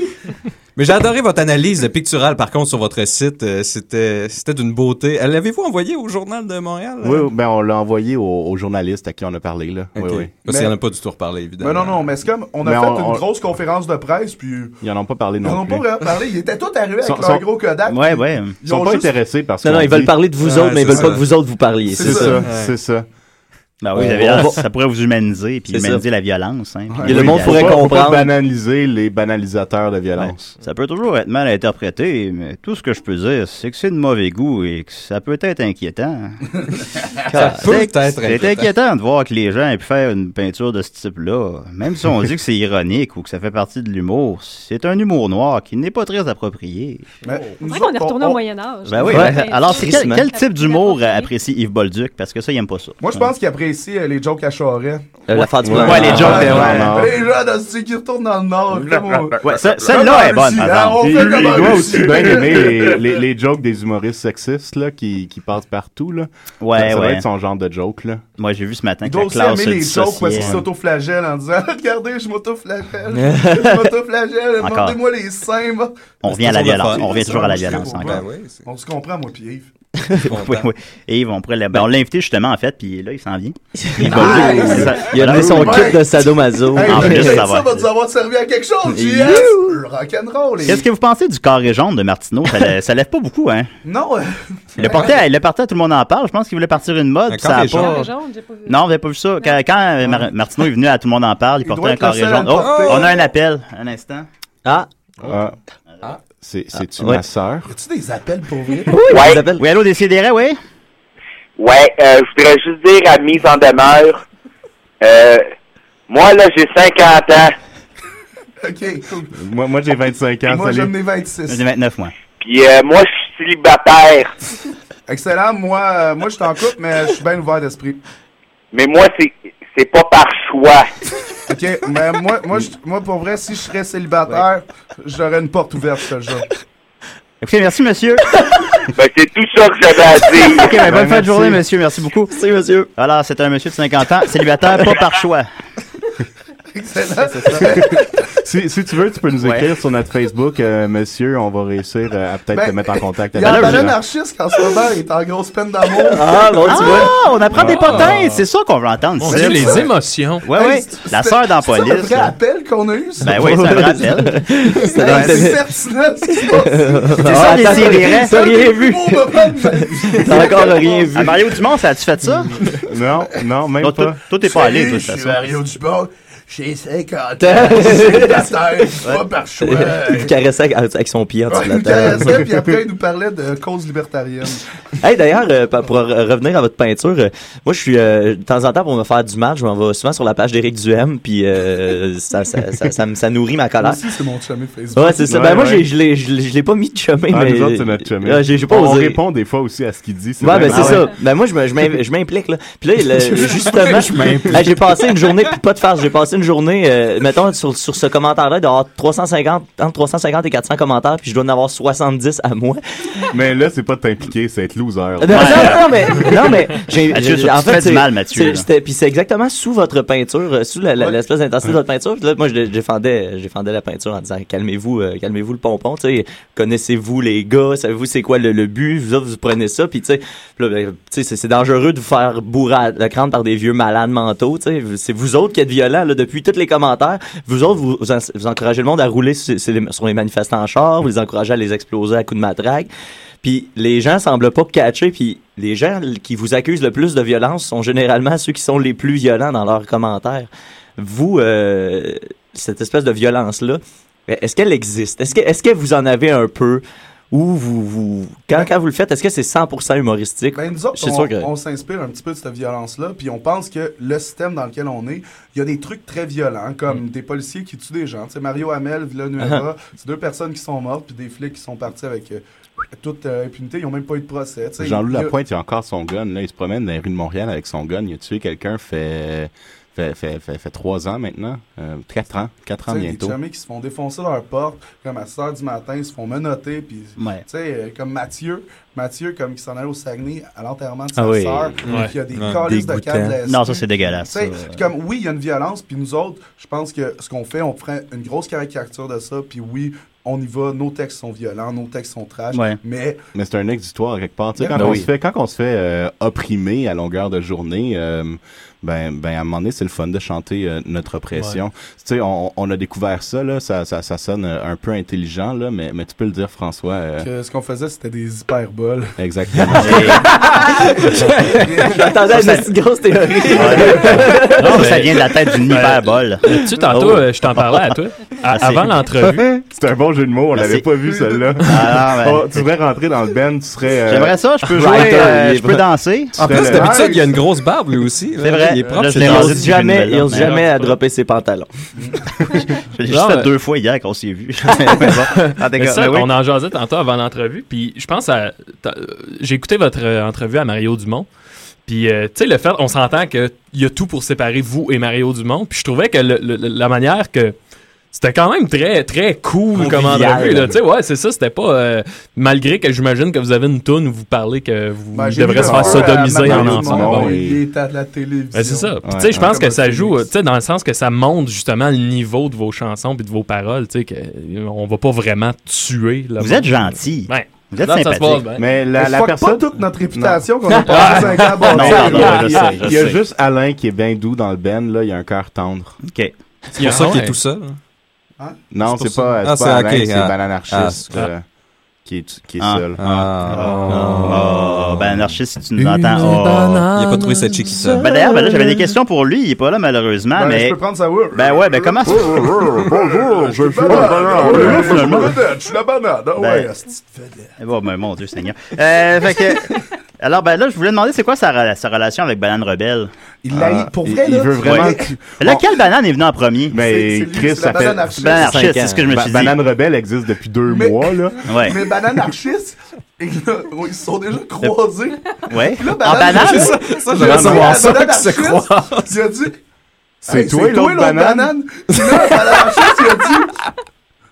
Q: Mais j'ai adoré votre analyse picturale, par contre, sur votre site. Euh, C'était c'était d'une beauté. Euh, L'avez-vous envoyé au Journal de Montréal? là?
O: Oui, ben on l'a envoyé au, au journaliste à qui on a parlé. Là. Oui,
Q: Ok.
O: oui.
Q: Parce
L: Mais-
Q: qu'il n'y en a pas du tout reparlé, évidemment.
L: Mais Ben non, non, mais c'est comme, on a
O: Mais
L: fait
O: on-
L: une
O: on-
L: grosse conférence de presse, puis
O: Ils n'en ont pas parlé
L: ils
O: non
L: n'en ont
O: plus.
L: pas vraiment parlé. Ils étaient tous arrivés avec
O: Sont-
L: leur
O: sont-
L: gros Kodak.
J: Ouais, ouais.
O: Ils
L: Ils
O: sont
L: ont
O: pas
L: juste-
O: intéressés parce que.
M: Non, non, ils veulent parler de vous
Q: Ouais,
M: autres, mais ils
Q: c'est
M: veulent
Q: ça.
M: pas que vous autres vous parliez.
L: C'est
M: C'est
L: ça.
M: ça.
O: C'est ça.
J: Ben oui, vous avez
M: On
J: l'air-
M: va-
J: ça pourrait vous humaniser, puis
M: C'est ça.
J: humaniser la violence. Hein,
M: Et le
J: Oui,
M: monde
J: la-
M: pourrait
O: Faut pas- faut
M: comprendre.
O: pas banaliser les banalisateurs de violence.
J: Ça peut toujours être mal interprété, mais tout ce que je peux dire, c'est que c'est de mauvais goût et que ça peut être inquiétant.
M: Ça
Q: peut
J: C'est-
Q: être
J: C'est
Q: inquiétant.
J: inquiétant de voir que les gens aient pu faire une peinture de ce type-là. Même si on dit que c'est ironique ou que ça fait partie de l'humour, c'est un humour noir qui n'est pas très approprié.
L: Mais
C: C'est
L: nous
C: vrai qu'on est
L: autres,
C: retourné
L: on-
C: au Moyen-Âge.
J: Ben oui.
M: Ouais.
J: ben, Alors, c'est quel,
M: Tristement.
J: quel type d'humour euh, apprécie Yves Bolduc? Parce que ça, il aime pas ça.
L: Moi, je pense qu'ils apprécient euh, les jokes à Charest.
M: Euh, L'affaire du
J: Ouais, les jokes,
M: Ah,
J: ouais,
M: ah,
J: ouais.
M: ah.
L: Les gens de ceux qui retournent dans le Nord. comme on-
J: Ouais, ce-
L: Comme en
J: celle-là est bonne,
L: Russie,
J: par
L: hein,
J: exemple.
L: on
O: Il,
L: fait comme
O: il
L: en
O: doit
L: Russie.
O: aussi bien aimer les, les- les jokes des humoristes sexistes là, qui, qui passent partout. Là. ça
J: Ouais,
O: ça doit
J: ouais.
O: être son genre de joke. Là.
J: Moi, j'ai vu ce matin
L: Il
J: que
L: doit
J: la
L: aussi
J: classe
L: aimer
J: se
L: les jokes parce qu'ils
J: dissociait.
L: s'autoflagellent en disant Regardez, je m'autoflagelle. Je m'autoflagelle.
J: Encore.
L: Montez-moi les seins. va.
J: On revient à la
Q: C'est toujours
J: violence.
Q: le fun.
J: On revient
L: Ça,
J: toujours à la
L: je sais
J: violence hein.
L: pas.
J: encore.
Q: Ben
M: Ah
Q: oui, c'est
L: On se comprend, moi, puis Yves.
J: Oui,
Q: content.
J: oui. Et Yves, on pourrait l'a- ben, on l'a invité justement, en fait, puis là, il s'en vient. Il
L: Ah,
J: va-
L: c'est-
J: ça-
M: Il a
J: voilà.
M: donné son
L: Ouais.
M: kit de sadomaso.
L: Hey,
J: en
L: le-
J: plus,
L: le-
J: ça
L: ça
J: va.
L: va nous avoir servi à quelque chose,
J: Et-
L: JS. Le rock'n'roll. les-
J: Qu'est-ce que vous pensez du carré jaune de Martineau? Ça, lè- ça lève pas beaucoup, hein?
L: Non, euh,
J: Il le portait, il le portait, tout le monde en parle. Je pense qu'il voulait partir une mode.
Q: Un
J: puis ça a
Q: carré jaune.
J: pas...
C: Carré jaune, j'ai pas vu.
J: Non, vous n'avez pas vu ça. Quand, quand, euh, Mar- Martineau est venu à Tout le monde en parle, il,
L: Il
J: portait
L: doit
J: un
L: être le
J: carré
L: seul à
J: jaune.
L: le
J: Oh,
L: porter. Oh.
J: on a un appel, un instant.
M: Ah,
O: Ah. C'est- C'est-tu
M: Ah, ouais.
O: ma sœur?
L: as-tu des appels pour vrai?
M: on les
R: Ouais,
M: appelle.
J: Oui, allô, Décidérez, oui?
R: ouais, euh, je voudrais juste dire à mise en demeure, euh, moi là j'ai 50 ans,
L: Ok, cool.
O: Moi, moi j'ai 25 ans.
L: Moi, j'en
O: salut.
L: ai
J: J'ai
L: 26.
J: 29 mois.
R: puis euh, moi je suis célibataire,
L: Excellent. Moi, euh, moi je suis en couple, mais je suis bien ouvert d'esprit.
R: mais moi c'est c'est pas par choix.
L: OK, mais moi, moi, je- moi, pour vrai, si je serais célibataire, j'aurais une porte ouverte, je te le jure.
J: Écoutez, merci, monsieur.
R: Ben, c'est tout ça que j'avais à dire.
J: OK, ben, bonne fin de
O: merci.
J: journée, monsieur. Merci beaucoup.
M: c'est monsieur.
J: Alors, c'est un monsieur de 50 ans, célibataire, pas par choix.
O: si, si tu veux, tu peux nous écrire sur notre Facebook, euh, monsieur, on va réussir euh, à peut-être
L: Ben,
O: te mettre en contact
L: Il y a un
O: les gens.
L: anarchiste qui en ce moment est en grosse peine d'amour.
J: Ah, bon, tu vois. on apprend des
L: Ah.
J: potins. C'est ça qu'on veut entendre.
L: Mon
J: c'est
L: Dieu,
J: ça.
L: les
N: émotions.
J: Ouais,
L: Hey,
J: ouais.
L: c'est-
J: La
L: c'est-
J: sœur dans la
L: C'est ça le
J: police.
L: vrai
J: là.
L: appel qu'on a eu, ça?
J: Ben oui, c'est un rappel.
L: C'est
J: dans
L: c'est
J: la-
L: pertinent, ce qui se passe.
J: C'est Ah, ça, les hein. Syriens.
L: C'est un des plus
J: vu.
L: beaux moments de ma vie.
J: T'as encore rien vu. À Mario Dumont, ça a-tu fait ça?
O: Non, non, même
J: toi-
O: pas.
J: Toi, t'es pas allé, toi, de toute
O: Salut,
J: façon.
O: je suis Mario
L: Dumont. J'ai 50
M: ans,
L: c'est la terre, pas par choix.
M: Il vous caressait avec, avec son pied en dessous de
L: Il
M: la
L: nous caressait,
M: table.
L: puis après, il nous parlait de cause libertarienne.
M: Hey, d'ailleurs, euh, pa- pour re- revenir à votre peinture, euh, moi, je suis, euh, de temps en temps, pour me faire du mal, je m'en vais souvent sur la page d'Éric Duhem, puis euh, ça, ça, ça, ça me- ça nourrit ma
L: Moi
M: colère.
L: aussi, c'est mon chumé Facebook.
M: Ouais, c'est ça. ben, moi, j'ai- je l'ai- je l'ai je l'ai pas mis de chemin,
O: Ah,
M: mais.
O: nous autres, c'est notre chemin.
M: Ah, j'ai j'ai pas
O: on
M: osé.
O: répond des fois aussi à ce qu'il dit.
M: Ouais, ben
O: vraiment-
M: c'est
O: Ah
M: ça.
O: ouais.
M: Ben moi, je me- je m'im- je m'implique, là. Puis là, le- justement,
O: Je m'implique.
M: hey, j'ai passé une journée, puis pas de farce, j'ai passé une journée, euh, mettons, sur, sur ce commentaire-là, d'avoir 350, entre 350 et 400 commentaires, puis je dois en avoir 70 à moi.
O: Mais là, c'est pas de t'impliquer, c'est être loser.
M: Non, non, non, mais, non, mais j'ai,
O: Mathieu,
M: j'ai-
O: tu
M: en
O: te fais
M: fait,
O: du
M: c'est-
O: mal, Mathieu,
M: c'est-
O: là.
M: c'était- Puis c'est exactement sous votre peinture, euh, sous la- la- l'espèce d'intensité de votre peinture. Puis là, moi, je dé- défendais, euh, je défendais la peinture en disant calmez-vous, euh, calmez-vous le pompon. Tu sais, connaissez-vous les gars, savez-vous c'est quoi le, le but Vous autres, vous prenez ça. Puis tu sais, puis là, ben, tu sais, c'est, c'est dangereux de vous faire bourrer à la crâne par des vieux malades mentaux. Tu sais, Vous- c'est vous autres qui êtes violents là, depuis tous les commentaires. Vous autres, vous, vous, en- vous encouragez le monde à rouler sur, sur les, sur les manifestants en char. Vous les encouragez à les exploser à coups de matraque. Puis les gens semblent pas catcher, puis les gens l- qui vous accusent le plus de violence sont généralement ceux qui sont les plus violents dans leurs commentaires. Vous, euh, cette espèce de violence-là, est-ce qu'elle existe? Est-ce que, est que vous en avez un peu? Ou vous, vous quand, quand vous le faites, est-ce que c'est 100% humoristique?
L: Ben, nous autres,
M: Je suis
L: on,
M: sûr que-
L: on s'inspire un petit peu de cette violence-là, puis on pense que le système dans lequel on est, il y a des trucs très violents, hein,
M: Mm.
L: comme des policiers qui tuent des gens. Tu sais, Mario Hamel,
M: Ah
L: Villanueva, c'est deux personnes qui sont mortes, puis des flics qui sont partis avec euh, toute euh, impunité, ils n'ont même pas eu de procès. tu sais.
O: Jean-Louis
L: Il y a-
O: Lapointe, il a encore son gun. Là, il se promène dans les rues de Montréal avec son gun. Il a tué quelqu'un fait fait, fait, fait, fait trois ans maintenant. Euh, quatre ans. Quatre ans
L: Tu sais,
O: bientôt.
L: Des chummies qui se font défoncer leur porte, comme à 6 h du matin, ils se font menotter, puis
O: Ouais.
L: tu sais, euh, comme Mathieu, Mathieu, comme qui s'en allait au Saguenay à l'enterrement de
J: Ah
L: sa
J: oui.
L: sœur,
J: Ouais.
L: puis il y a des
J: Ouais.
L: calices de
J: Dégoûtant.
L: cadres de la
J: Non,
L: SQ.
J: ça, c'est dégueulasse,
L: Tu sais,
J: ça.
L: puis comme, oui, il y a une violence, puis nous autres, je pense que ce qu'on fait, on ferait une grosse caricature de ça, puis oui, on y va, nos textes sont violents, nos textes sont trash,
O: Ouais.
L: mais
O: Mais c'est un exutoire quelque part. Tu sais, quand,
L: Ben
O: on
L: oui.
O: se fait, quand on se fait euh, opprimer à longueur de journée, euh, ben, ben, à un moment donné, c'est le fun de chanter euh, notre oppression.
S: Ouais.
O: Tu sais, on, on a découvert ça, là, ça, ça, ça sonne euh, un peu intelligent, là, mais, mais tu peux le dire, François. euh,
L: que ce qu'on faisait, c'était des hyperboles.
O: Exactement.
M: J'attendais une petite grosse théorie.
J: Non,
N: mais-
J: ça vient de la tête d'une hyperbole. Ah
N: Tu sais, tantôt, euh, je t'en parlais à toi. Ah, À-
O: Merci.
N: avant l'entrevue.
O: C'est un bon jeu de mots, on
J: Merci.
O: l'avait pas vu celle-là.
J: Ah, non, ben.
O: Oh, tu devrais rentrer dans le band, tu serais. euh,
J: J'aimerais ça, je peux jouer,
O: writer,
J: euh,
O: il est
J: je peux
O: vrai.
J: danser.
O: Tu
Q: En
O: serais
Q: plus,
O: le-
Q: d'habitude, il y a une grosse barbe, lui aussi.
J: C'est vrai.
Q: Il est propre.
J: Là, je
Q: c'est
J: l'ai
Q: une
J: rasé
Q: grosse-
J: depuis
M: Ose jamais,
J: une belle
M: il ose
J: barbe, mais
M: jamais
J: non,
M: à dropper ses pantalons.
L: Mm.
J: J'ai
N: Non,
J: juste fait
N: mais-
J: deux fois hier qu'on s'est vu. Mais bon. Ah,
N: Mais
J: d'accord,
N: ça,
J: ben oui.
N: On en jasait tantôt avant l'entrevue. Puis je pense à. t'as- euh, J'ai écouté votre euh, entrevue à Mario Dumont. Puis, euh, tu sais, le fait, on s'entend qu'il y a tout pour séparer vous et Mario Dumont. Puis je trouvais que le- le- la manière que. C'était quand même très, très cool comme
S: Convivial.
N: entrevue. là. Tu sais, ouais, c'est ça. C'était pas. euh, malgré que j'imagine que vous avez une toune où vous parlez que vous
L: Ben, j'ai
N: devrez
L: mis
N: se
L: le
N: faire
L: feu à
N: sodomiser
L: Mario
N: en
L: euh, Dumont,
N: enfant. Bon.
L: Il est à la télévision.
N: Ben, c'est ça. Puis, tu
L: Ouais.
N: sais, je pense que
L: Comme un
N: ça joue,
L: phénix.
N: tu sais, dans le sens que ça monte justement le niveau de vos chansons puis de vos paroles, tu sais, que, euh, on va pas vraiment tuer. le
J: Vous
N: monde.
J: êtes gentil.
N: Ouais.
J: Vous êtes
N: Là, ça se
J: sympathique.
N: passe bien.
O: Mais la,
L: On
O: la
L: fuck
O: personne.
L: pas toute notre réputation qu'on a passé 5 ans à bâtir.
O: Non, pardon,
L: Ah, Il y a-
O: je
L: il y a-
O: sais, je
L: il y a
O: sais. juste Alain qui est bien doux dans le band, là, il a un cœur tendre.
J: OK.
L: Ah,
Q: C'est pour ça qu'il est tout seul. hein?
L: Hein?
O: Non,
Q: C'est
O: c'est
Q: pour ça.
O: pas,
Q: Ah,
O: c'est
Q: c'est
O: pas Alain,
Q: ok,
O: ben, c'est
Q: ah.
O: Bananarchiste
Q: Ah.
O: euh, qui est, qui est
J: Ah.
O: seul.
J: Ah. Oh, ben, anarchiste, si tu nous
O: Une
J: entends. oh.
O: banane Il a pas trouvé ça cheeky, ça.
J: Ben, d'ailleurs, ben là, j'avais des questions pour lui. Il est pas là, malheureusement.
L: Ben,
J: mais...
L: je peux prendre sa voix.
J: Ben, ouais, ben, comment ça.
L: Bonjour, je suis
O: Ah,
J: la banane.
L: Ouais,
J: Finalement.
L: je suis la banane, Je suis la banane. Ah ouais,
J: Ben,
L: asti.
J: Eh Bon, ben, mon Dieu, Seigneur. Euh, fait que. Alors, ben là, je voulais demander, c'est quoi sa, rela- sa relation avec Banane Rebelle? Ah,
L: Il l'a eu pour vrai, là.
O: Ouais.
J: Là, quelle banane est venue en premier?
O: Mais
L: C'est- c'est lui,
O: Ben, Chris,
L: c'est la
O: ça fait.
L: banane archiste. Banane
J: Ben, archiste, c'est ce que je me
O: Ba-
J: suis dit.
O: Banane Rebelle existe depuis deux mois, là.
L: Mais Banane Archiste, et là, ils se sont déjà croisés.
J: Ouais.
L: Puis là,
O: En banane?
L: Archiste-
O: Ça, ça, j'aimerais
L: Il a dit
O: savoir
L: à
O: ça,
L: Banane
O: qui se
L: Archiste,
O: croise.
L: Il a dit
O: C'est
L: Hey,
O: toi,
L: c'est
O: l'autre banane?
L: Puis là, Banane Archiste, il a dit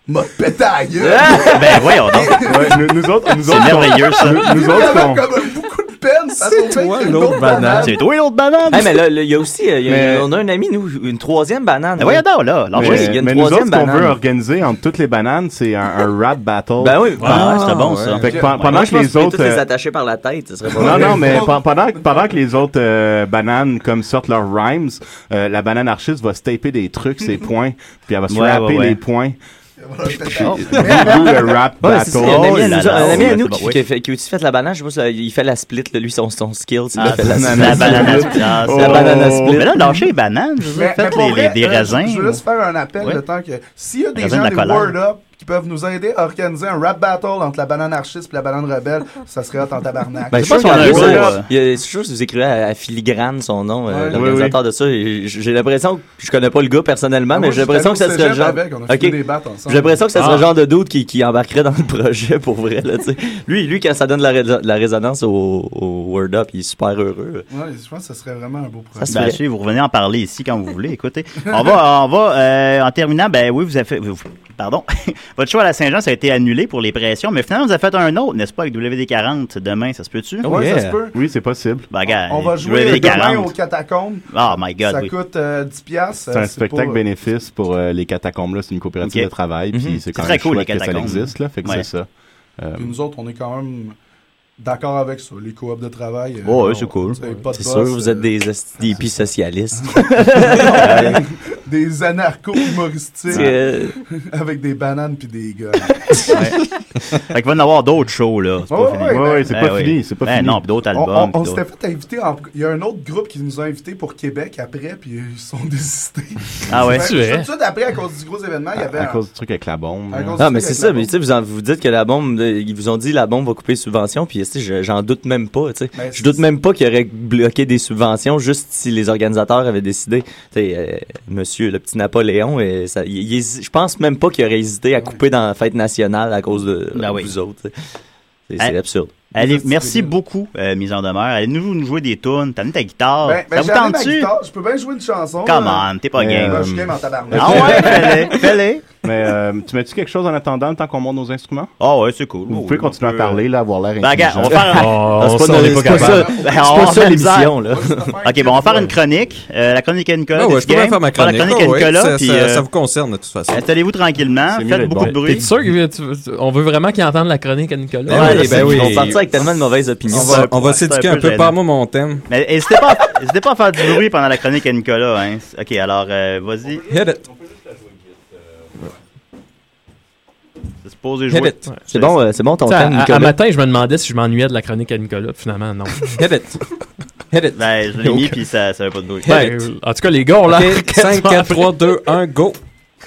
L: M'a pété à la gueule.
J: Ben, voyons donc.
O: Ouais, nous, nous autres, nous
J: C'est
O: autres,
J: merveilleux,
O: on-
J: ça.
O: nous- nous
L: Il y
O: autres,
L: avait
O: on-
L: comme beaucoup de peine, ça
J: C'est toi l'autre banane. C'est toi l'autre banane.
M: Hey, mais là, là, il y a aussi, euh, il y a- on a un ami, nous, une troisième banane.
J: Mais voyons donc, là, lâche-moi.
M: Oui, il y a une
O: mais nous autres,
M: troisième
O: ce qu'on veut
M: banane.
O: organiser entre toutes les bananes, c'est un, un rap battle.
M: Ben oui,
J: Ah, c'était bon, ça.
O: Fait que pen- pendant
M: Moi, je
O: que
M: pense
O: les
M: qu'on peut
O: autres.
M: tous les
O: euh,
M: attacher par la tête, ce serait pas
O: Non,
M: mal.
O: non, mais pe- pendant, que- pendant que les autres euh, bananes comme sortent leurs rhymes, euh, la banane archiste va se taper des trucs, ses points, puis elle va se
M: Ouais,
O: rapper
M: ouais, ouais.
O: les points.
M: Oh.
O: D'où le rap
M: Ouais,
O: battle.
M: c'est ça, il y a un ami à
O: Oh là
M: nous,
O: là,
M: un ami à
O: c'est
M: nous
O: bon,
M: qui,
O: oui.
M: qui fait- qui a aussi fait la banane. Je sais pas, euh, il fait la split, là, lui, son, son skill. c'est
J: Ah,
M: il a fait la,
J: la
M: split.
J: banana split. Ah,
M: La
J: c'est-
M: banana
J: Oh.
M: split.
J: Mais là, lâchez les bananes, je veux dire, faites
L: pour
J: les-
L: vrai,
J: les- des
L: euh,
J: raisins,
L: Je veux juste faire un appel
J: Ouais.
L: de temps que s'il y a des
J: Raisin de
L: gens
J: la
L: des
J: colère.
L: Word Up qui peuvent nous aider à organiser un rap battle entre la banane anarchiste et la banane rebelle, ça serait hot en tabarnak.
M: Ben, je
L: Je
M: suis sûr
L: sais
M: qu'il y en a
L: pas
M: un
L: si on a
M: gros,
L: un
M: euh, il y a- je suis sûr que vous écrivez à, à Filigrane son nom, euh,
L: Ouais.
M: l'organisateur de ça. Et j- J'ai l'impression que je connais pas le gars personnellement,
L: Ah,
M: mais
L: moi,
M: j'ai
L: je suis
M: l'impression que ça
L: allé au
M: serait le genre.
L: cégep avec, on a fumé
M: Ok.
L: des battes ensemble.
M: J'ai l'impression que ça serait
L: Ah.
M: le genre de doute qui, qui embarquerait dans le projet pour vrai. Là, tu sais. lui, lui, quand ça donne de la, ré- de la résonance au, au Word Up, il est super heureux.
L: Ouais, je pense que ce serait vraiment un beau projet.
J: Ben, si vous revenez en parler ici quand vous voulez. Écoutez, on va, on va euh, en terminant. Ben oui, vous avez fait, vous- pardon, votre choix à la Saint-Jean ça a été annulé pour les pressions, mais finalement vous avez fait un autre, n'est-ce pas, avec WD40 demain, ça se peut-tu
L: Ouais, ça se peut.
O: Oui, c'est possible.
J: Ben, regarde,
L: On va jouer demain aux
J: WD40.
L: catacombes.
J: Oh my God,
L: ça
J: oui.
L: coûte euh, 10$. piastres,
O: C'est
L: euh,
O: un spectacle
L: pas-
O: bénéfice pour euh, les catacombes là, c'est une coopérative
J: Ok.
O: de travail,
J: Mhm.
O: puis c'est quand
J: C'est
O: même
J: très cool,
O: chouette
J: les
O: que ça
J: catacombes.
O: existe là, fait que
J: Ouais.
O: c'est ça. Euh,
L: Puis nous autres, on est quand même d'accord avec ça, les coops de travail. euh,
M: Ouais,
L: on-
M: c'est cool.
L: tu sais, pas de
M: C'est
L: boss,
M: sûr, vous
L: euh,
M: êtes des esti- des hippies socialistes.
L: des anarcho-humoristiques
M: Euh.
L: avec des bananes puis des gars.
J: fait qu'il va y en avoir d'autres shows là. C'est
L: Ouais,
J: pas fini.
L: ouais, ouais,
O: c'est
J: Ben
O: pas
J: oui.
O: fini, c'est pas
J: Ben
O: fini.
J: Non, puis d'autres
L: On-
J: albums.
L: on on
J: puis
L: s'était
J: d'autres-
L: fait inviter. en- Il y a un autre groupe qui nous a invités pour Québec après, puis ils sont désistés.
J: Ah ouais? Ah,
L: Fait que
J: C'est vrai?
L: Tout de suite après, à cause du gros événement, Ah, il y avait
O: à
L: un.
O: cause du truc avec la bombe.
L: à
O: là.
L: cause
M: Non,
L: du
M: mais
L: truc
M: c'est
L: avec
M: ça.
L: la
M: Mais tu sais, vous, en- vous dites que la bombe, euh, ils vous ont dit la bombe va couper les subventions, puis tu sais, je- j'en doute même pas. Tu sais,
L: Ben,
M: je doute même pas qu'il aurait bloqué des subventions juste si les organisateurs avaient décidé. Tu sais, euh, Monsieur le petit Napoléon, euh, ça- il- il hési- je pense même pas qu'il aurait hésité à couper dans la fête nationale à cause de
J: Ben oui.
M: vous autres. tu sais. C'est
Q: Ah.
J: Allez-
M: c'est absurde.
J: Allez, merci beaucoup, euh, mise en demeure. Allez, nous, nous jouer des tunes. T'as mis ta guitare.
L: Ben, ben,
J: ça vous
L: j'ai amené ma
J: tente-tu?
L: guitare, Je peux bien jouer une chanson.
J: Come
L: là.
J: on, t'es pas
O: Mais,
J: game.
L: Ben, je suis game en tabarnak.
J: Ah ouais, fais-les, fais-les.
O: Mais euh, tu mets-tu quelque chose en attendant le temps qu'on monte nos instruments?
J: Ah ouais, c'est cool.
O: Vous pouvez continuer à parler, là, avoir l'air
J: Ben, regarde, on va faire un-
Q: Oh,
O: intelligent.
J: Ah, c'est pas
O: notre-
J: notre-
O: c'est
J: ça.
O: capable.
J: Ben,
O: C'est
J: on
O: pas ça
J: a de la
O: l'émission,
J: misère.
O: là.
J: Ok, bon, on va faire une chronique. Euh, la chronique à Nicolas.
Q: Ah ouais,
J: des
Q: je peux
J: games.
Q: bien faire ma
J: On va faire
Q: chronique.
J: La chronique à
Q: Ah ouais,
J: Nicolas,
Q: ça-
J: puis,
Q: ça-
J: euh,
Q: ça vous concerne, de toute façon.
J: Installez-vous tranquillement,
Q: C'est mieux
J: faites
Q: d'être
J: beaucoup
Q: bon.
J: de bruit.
N: T'es sûr qu'on veut vraiment qu'ils entendent la chronique à Nicolas?
Q: Ben oui, ben oui.
M: On partit avec tellement de mauvaises opinions.
Q: On va, on va s'éduquer un peu.
J: par
Q: Parle-moi mon thème.
J: Mais n'hésitez pas, à- n'hésitez pas à faire du bruit pendant la chronique à Nicolas. Hein. Ok, alors, euh, vas-y.
Q: Hit it.
J: C'est supposé jouer.
M: Ouais. C'est bon, euh, c'est bon ton
N: T'sais,
M: thème,
N: à-
M: Nicolas.
N: À matin, je me demandais si je m'ennuyais de la chronique à Nicolas. puis Finalement, non.
Q: Hit it. Hit it.
J: Ben, je l'ai mis, puis ça n'avait pas de bruit.
N: Ben, euh, en tout cas, les gars, on l'a.
Q: 5, 4, 3, 2, 1, go.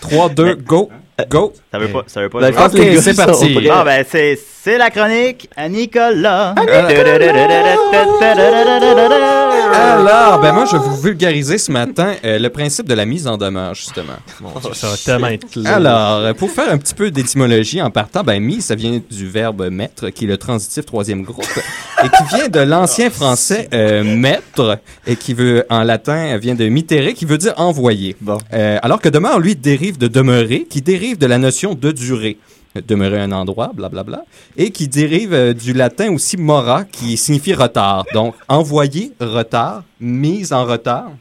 Q: 3, 2, go. Go.
J: Ça veut pas, ça veut pas.
Q: Ben, je pense que les gars sont prêts.
J: Bon, ben, c'est, c'est la chronique à Nicolas.
Q: Alors, ben moi, je vais vous vulgariser ce matin euh, le principe de la mise en demeure, justement.
N: ça va tellement être lourd.
Q: Alors, euh, pour faire un petit peu d'étymologie en partant, ben mise, ça vient du verbe mettre, qui est le transitif troisième groupe, et qui vient de l'ancien français euh, mettre, et qui veut, en latin, vient de mitere, qui veut dire envoyer. Euh, alors que demeure, lui, dérive de demeurer, qui dérive de la notion de durée. Demeurer un endroit, blablabla, et qui dérive euh, du latin aussi mora, qui signifie retard. Donc, envoyer, retard, mise en retard.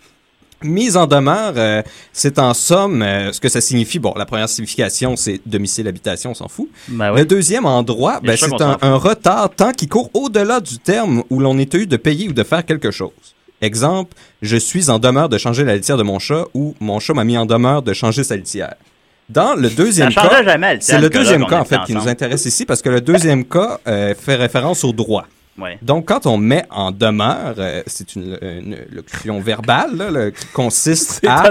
Q: Mise en demeure, euh, c'est en somme euh, ce que ça signifie. Bon, la première signification, c'est domicile, habitation, on s'en fout.
J: Ben
Q: Le deuxième endroit,
J: Mais
Q: ben,
J: je suis sûr
Q: c'est
J: qu'on
Q: un,
J: s'en fout.
Q: un retard tant qui court au-delà du terme où l'on était eu de payer ou de faire quelque chose. Exemple, je suis en demeure de changer la litière de mon chat ou mon chat m'a mis en demeure de changer sa litière. Dans le deuxième
J: Ça
Q: cas,
J: changera jamais la litière,
Q: c'est le
J: Nicolas,
Q: deuxième
J: qu'on
Q: cas en
J: habite
Q: fait qui nous
J: ensemble.
Q: intéresse ici parce que le deuxième cas euh, fait référence au droit.
J: Ouais.
Q: Donc, quand on met en demeure, euh, c'est une, une locution verbale là, le- qui consiste à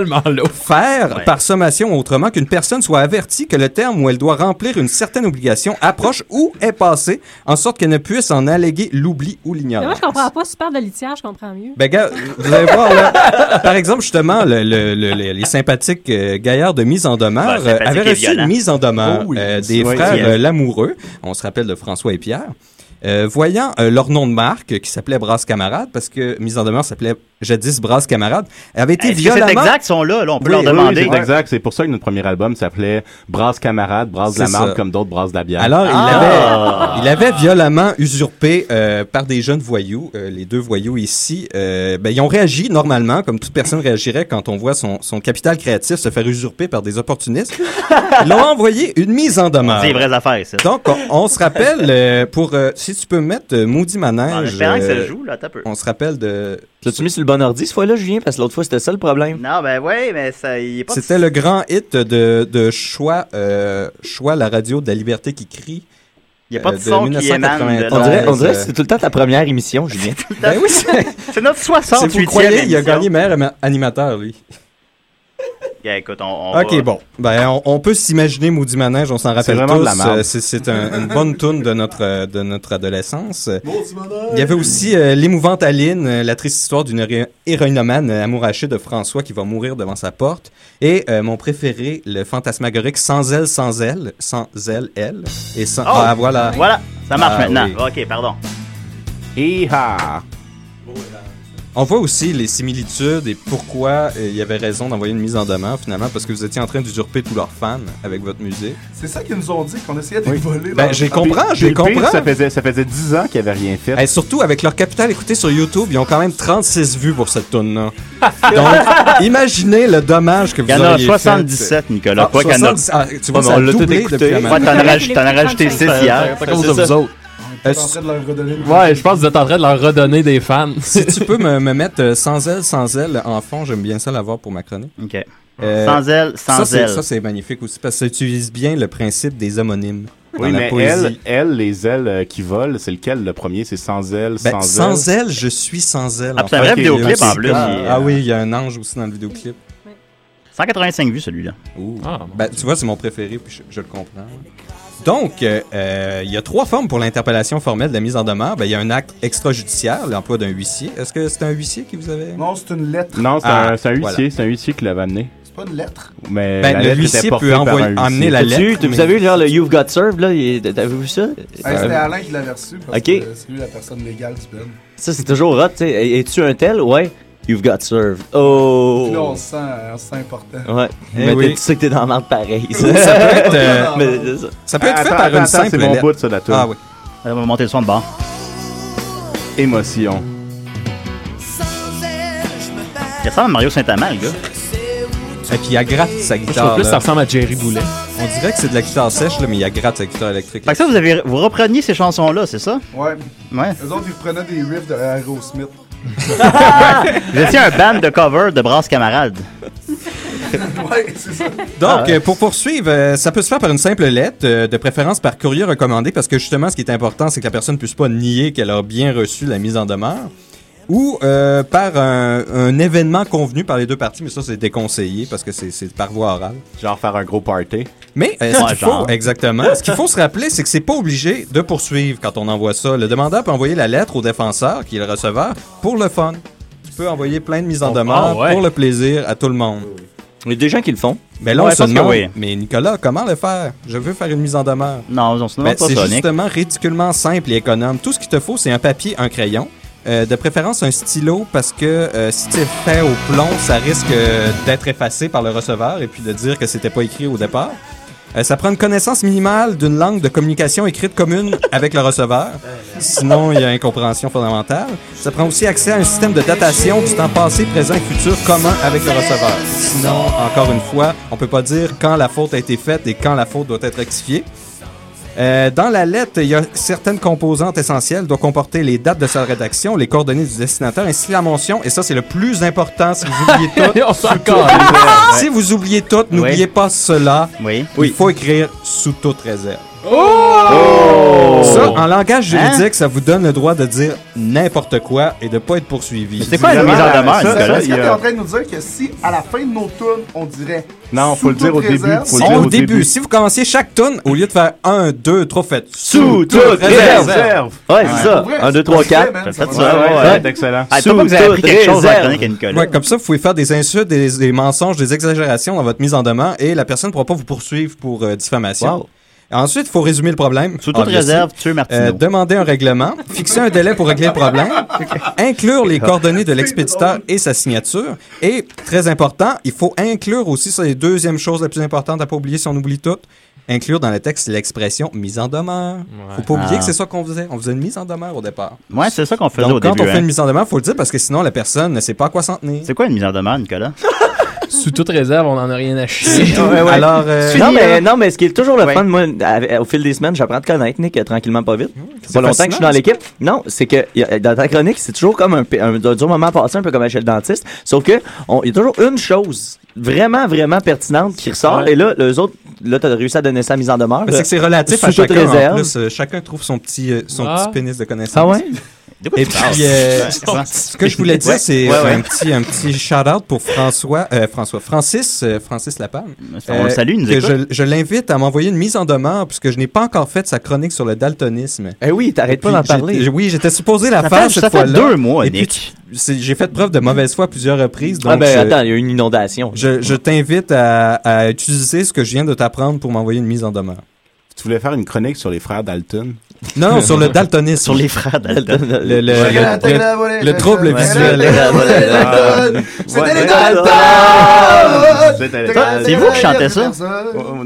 Q: faire
N: Ouais.
Q: par sommation autrement qu'une personne soit avertie que le terme où elle doit remplir une certaine obligation approche ou est passé, en sorte qu'elle ne puisse en alléguer l'oubli ou
C: Mais moi,
Q: l'ignorance.
C: je comprends pas. Si tu parles de litière, je comprends mieux.
Q: Ben, gars, vous allez voir, là, par exemple, justement, le- le- le- le- les sympathiques euh, gaillards de mise en
J: Ouais,
Q: demeure
J: Ben,
Q: euh,
J: sympathiques
Q: avaient
J: et
Q: reçu
J: violents.
Q: une mise en demeure
J: Oh oui.
Q: euh, des
J: Oui,
Q: frères
J: yes.
Q: euh, Lamoureux. On se rappelle de François et Pierre. Euh, voyant euh, leur nom de marque euh, qui s'appelait Brasse Camarade, parce que mise en demeure s'appelait jadis brasse camarade, avait été
J: Est-ce que
Q: violemment...
J: c'est exact, ils sont là, là, on peut leur
Q: Oui,
J: demander.
Q: oui,
O: C'est exact, c'est pour ça que notre premier album s'appelait Brasse camarade, brasse de la
Q: C'est ça.
O: marde comme d'autres brassent de la bière.
Q: Alors,
O: Ah!
Q: il, avait, il avait violemment usurpé euh, par des jeunes voyous, euh, les deux voyous ici. euh, ben, ils ont réagi normalement, comme toute personne réagirait quand on voit son, son capital créatif se faire usurper par des opportunistes. Ils l'ont envoyé une mise en demeure.
J: C'est des vraies affaires, ça.
Q: Donc, on, on se rappelle, euh, pour euh, si tu peux mettre euh, Moody
J: En
Q: Manège.
J: espérant que ça
Q: euh,
J: joue, là, t'as peu.
Q: on se rappelle de.
M: L'as-tu mis sur le bon ordi cette fois-là, Julien? Parce que l'autre fois, c'était ça le problème.
J: Non, ben oui, mais ça, il est pas...
Q: C'était le grand hit de, de Choix, euh, Choix, la radio de la liberté qui crie.
J: Il y a pas de son qui émane de
M: On dirait, on dirait que
Q: euh,
M: c'est tout le temps ta première émission, Julien.
Q: Ben oui, c'est.
J: C'est notre
Q: Si
J: 68e
Q: vous croyez, il a
J: émission.
Q: gagné meilleur ama- animateur, lui.
J: Yeah, écoute, on, on
Q: ok,
J: va-
Q: bon. Ben, on, on peut s'imaginer Maudit Manège, on s'en rappelle
O: vraiment
Q: tous.
O: de la merde.
Q: Euh, C'est, c'est un- une bonne toune de notre, euh, de notre adolescence. Il y avait aussi euh, L'émouvante Aline, euh, la triste histoire d'une héro- héroïnomane euh, amourachée de François qui va mourir devant sa porte. Et euh, mon préféré, le fantasmagorique Sans elle, sans elle, sans elle, elle. Et sans...
J: Oh!
Q: Ah, voilà.
J: Voilà, ça marche
Q: Ah,
J: maintenant.
Q: oui.
J: Ok, pardon.
Q: On voit aussi les similitudes et pourquoi euh, il y avait raison d'envoyer une mise en demeure finalement parce que vous étiez en train d'usurper tous leurs fans avec votre musique.
L: C'est ça qu'ils nous ont dit, qu'on essayait de les voler.
Q: Ben,
L: dans-
Q: j'ai
L: Ah,
Q: compris,
L: puis-
Q: j'ai
L: puis le
Q: compris.
L: pire, ça
Q: faisait, ça faisait 10 ans qu'ils n'avaient rien fait. Et surtout, avec leur capital écouté sur YouTube, ils ont quand même 36 vues pour cette tune-là. Donc, imaginez le dommage que vous
J: Il y en a
Q: auriez fait.
J: 77, Nicolas, quoi qu'il y en a.
Q: 70 ah, tu
J: Ouais,
Q: vois,
J: mais
Q: ça
J: on
Q: a
J: l'a tout
Q: doublé
J: écouté.
Q: depuis la
J: Ouais,
Q: manière.
J: t'en as rajouté- t'en as rajouté six hier.
N: C'est à cause de
J: C'est
N: vous
J: ça.
N: autres.
L: On
Q: Euh,
L: est en train de leur redonner le
N: Ouais, je pense que vous êtes en train de leur redonner des fans.
Q: si tu peux me, me mettre euh, sans elle, sans elle en fond, j'aime bien ça l'avoir pour ma chronique. Euh,
J: OK. Sans elle, sans
Q: ça, c'est-
J: elle.
Q: Ça, c'est magnifique aussi parce que ça utilise bien le principe des homonymes. dans
O: Oui,
Q: la
O: mais elle,
Q: poésie.
O: elle, les ailes euh, qui volent, c'est lequel le premier C'est sans ailes,
Q: Ben,
O: sans,
Q: sans,
O: ailes.
Q: elle, je suis sans elle.
J: Ah,
Q: en
J: c'est un
Q: fait.
J: vrai
Q: Ok,
J: vidéoclip,
Q: il y a
J: en
Q: aussi-
J: plus,
Q: Ah,
J: il est- euh,
Q: ah oui, il y a un ange aussi dans le vidéoclip.
J: 185 vues, celui-là.
Q: Ouh. Ben, tu vois, c'est mon préféré, puis je, je le comprends. Donc, euh, euh, il y a trois formes pour l'interpellation formelle de la mise en demeure. Ben, il y a un acte extrajudiciaire, l'emploi d'un huissier. Est-ce que c'est un huissier qui vous avait...
L: Non, c'est une lettre.
O: Non, c'est
Q: Ah,
O: un, c'est un huissier,
Q: voilà.
O: c'est un huissier qui l'avait amené.
L: C'est pas une lettre.
O: Mais la
Q: Ben, le
O: lettre était
Q: huissier
O: portée
Q: peut
O: par un
Q: envoyer-
O: huissier.
Q: amener la
M: T'as-tu-
Q: lettre,
M: t'as-
Q: mais-
M: Vous avez vu genre le You've Got Served, là? il- T'avez vu ça?
L: Hey, C'était
M: Euh,
L: Alain qui l'avait reçu parce
M: Ok.
L: que c'est lui la personne légale du Ben.
M: Ça, c'est toujours hot, tu sais. Hey, Es-tu un tel? Ouais. You've Got Served.
L: Puis là, on
M: Oh!
L: se sent, euh, on se sent important.
M: Ouais.
Q: Eh
M: mais
Q: oui.
M: t'es- tu sais que t'es dans la merde pareil.
Q: Ça peut être, euh,
M: Mais, ça.
Q: Ça peut être
O: Attends,
Q: fait par
O: attends,
Q: une
O: attends,
Q: simple
O: c'est mon
Q: lettre.
O: bout, ça, la toune.
Q: Ah oui.
J: On va monter le son de bord.
O: Émotion.
J: Il ressemble à Mario Saint-Amand, le gars.
Q: Et puis, il y a gratte sa
N: Je trouve
Q: guitare.
N: plus que
Q: là.
N: ça ressemble à Jerry Boulet.
Q: On dirait que c'est de la guitare sèche, là, mais il y a gratte sa guitare électrique.
J: Fait que ça, vous, avez, vous repreniez ces chansons-là, c'est ça?
L: Ouais.
J: Ouais.
L: Eux autres, ils reprenaient des riffs de Aerosmith.
J: Vous étiez un band de cover de Brasse Camarade.
L: ouais, c'est ça.
Q: Donc,
J: Ah ouais.
Q: euh, pour poursuivre, euh, ça peut se faire par une simple lettre, euh, de préférence par courrier recommandé, parce que justement, ce qui est important, c'est que la personne ne puisse pas nier qu'elle a bien reçu la mise en demeure, ou euh, par un, un événement convenu par les deux parties, mais ça, c'est déconseillé, parce que c'est c'est par voie orale.
O: Genre faire un gros party.
Q: Mais
O: Ouais,
Q: euh, ce qu'il faut,
O: genre.
Q: exactement, ce qu'il faut se rappeler, c'est que c'est pas obligé de poursuivre quand on envoie ça. Le demandeur peut envoyer la lettre au défenseur, qui est le receveur, pour le fun. Tu peux envoyer plein de mises en
M: Oh,
Q: demeure
M: ah ouais.
Q: pour le plaisir à tout le monde.
M: Il y a des gens qui le font.
Q: Mais Ben là, on
M: Ouais,
Q: se
M: parce que
Q: demande,
M: oui.
Q: mais Nicolas, comment le faire? Je veux faire une mise en demeure.
J: Non, on se
Q: Ben,
J: demande pas
Q: c'est
J: ça, Nick.
Q: justement ridiculement simple et économe. Tout ce qu'il te faut, c'est un papier, un crayon, euh, de préférence un stylo, parce que euh, si tu fait au plomb, ça risque euh, d'être effacé par le receveur et puis de dire que c'était pas écrit au départ. Euh, ça prend une connaissance minimale d'une langue de communication écrite commune avec le receveur. Sinon, il y a incompréhension fondamentale. Ça prend aussi accès à un système de datation du temps passé, présent et futur commun avec le receveur. Sinon, encore une fois, on peut pas dire quand la faute a été faite et quand la faute doit être rectifiée. Euh, dans la lettre, il y a certaines composantes essentielles. doit comporter les dates de sa rédaction, les coordonnées du destinataire, ainsi que la mention. Et ça, c'est le plus important. Si vous oubliez tout,
N: On s'en
Q: sous tout.
N: calisse.
Q: si vous oubliez tout, n'oubliez pas cela.
J: Oui.
Q: Il faut écrire sous toute réserve.
N: Oh!
Q: Ça, en langage
J: Hein?
Q: juridique, ça vous donne le droit de dire n'importe quoi et de pas être poursuivi.
J: C'est quoi la mise en demeure,
L: Ça,
J: Nicolas?
L: Est-ce que t'es en train de nous dire que si, à la fin de nos tunes, on dirait.
O: Non,
L: sous
O: faut le dire
L: toute
O: au début.
L: réserve,
O: Faut le dire
Q: au début, si vous commenciez chaque tune, au lieu de faire 1, 2, 3, faites
O: Sous toute réserve.
M: Ouais, c'est ça.
L: vrai,
M: Un, deux,
L: c'est
M: trois,
L: parfait,
M: quatre.
L: man,
J: T'as
L: ça
J: fait
L: va.
J: ça?
O: Ouais, ouais,
M: ouais.
O: c'est excellent.
J: Ah, c'est pas que vous avez appris quelque chose à la chronique à Nicolas.
Q: Ouais, comme ça, vous pouvez faire des insultes, des, des mensonges, des exagérations dans votre mise en demeure et la personne ne pourra pas vous poursuivre pour euh, diffamation.
M: Wow.
Q: Ensuite, il faut résumer le problème.
J: Sous toute
Q: Obviously.
J: réserve, tu Martineau.
Q: Euh, demander un règlement, fixer un délai pour régler le problème, inclure les coordonnées de l'expéditeur et sa signature. Et, très important, il faut inclure aussi, c'est la deuxième chose la plus importante à pas oublier si on oublie tout, inclure dans le texte l'expression mise en demeure. Faut pas oublier
J: Ah.
Q: que c'est ça qu'on faisait. On faisait une mise en demeure au départ.
J: Ouais, c'est ça qu'on faisait
Q: Donc,
J: au
Q: quand
J: début.
Q: on fait
J: hein.
Q: une mise en demeure, faut le dire parce que sinon, la personne ne sait pas à quoi s'en tenir.
J: C'est quoi une mise en demeure, Nicolas?
N: Sous toute réserve, on n'en a rien à chier.
M: Ouais, ouais.
Q: Alors, euh,
M: non,
Q: fini,
M: mais,
Q: là.
M: non, mais ce qui est toujours le
Q: Ouais.
M: fun, moi, à- au fil des semaines, j'apprends à te connaître, Nick, euh, tranquillement, pas vite. C'est
Q: Hmm, c'est
M: pas longtemps que je suis
Q: fascinant,
M: dans
Q: ça.
M: l'équipe. Non, c'est que y a- dans ta chronique, c'est toujours comme un, p- un, un dur moment à passer, un peu comme à chez le dentiste. Sauf que on- il y a toujours une chose vraiment, vraiment pertinente qui ressort.
Q: Ouais.
M: Et là, les autres, là, t'as réussi à donner ça mise en demeure.
Q: Mais c'est que c'est relatif
M: Sous
Q: à
M: toute
Q: chacun. En
M: réserve.
Q: plus, Euh, chacun trouve son petit, euh, son
M: Ah.
Q: petit pénis de connaissance.
M: Ah ouais?
J: De quoi
Q: Et
J: tu parles?
Q: puis, euh,
J: Ouais.
Q: ce que je voulais dire,
J: Ouais.
Q: c'est
J: Ouais,
Q: euh,
J: ouais.
Q: un petit, un petit shout-out pour François, euh, François, Francis, euh, Francis Lapalme. euh,
J: On le salue, il nous
Q: que
J: écoute.
Q: je, je l'invite à m'envoyer une mise en demeure puisque je n'ai pas encore fait sa chronique sur le daltonisme.
M: Eh oui, t'arrêtes pas
Q: Puis
M: d'en parler.
Q: j'étais- Oui, j'étais supposé la
M: Ça
Q: faire
M: fait-
Q: cette
M: ça fait
Q: fois-là.
M: deux mois,
Q: Et puis,
M: Nick.
Q: tu- c'est- J'ai fait preuve de mauvaise foi à plusieurs reprises.
M: ah
Q: donc,
M: ben,
Q: euh,
M: attends, il y a eu une inondation.
Q: je, je t'invite à, à utiliser ce que je viens de t'apprendre pour m'envoyer une mise en demeure.
O: Tu voulais faire une chronique sur les frères Dalton?
Q: Non, sur le daltonisme. Sur les
J: frères
Q: daltonisme. Le, le-
O: Chacun
Q: le-
O: la tête
Q: le-
O: la volée,
Q: le
O: chacun
Q: trouble
O: la
Q: visuel.
O: tête la volée,
Q: Ah.
O: Euh,
J: Ouais.
T: les
J: Ah!
T: C'était les
J: Ça, C'est
T: Dalton.
J: vous qui chantez ça?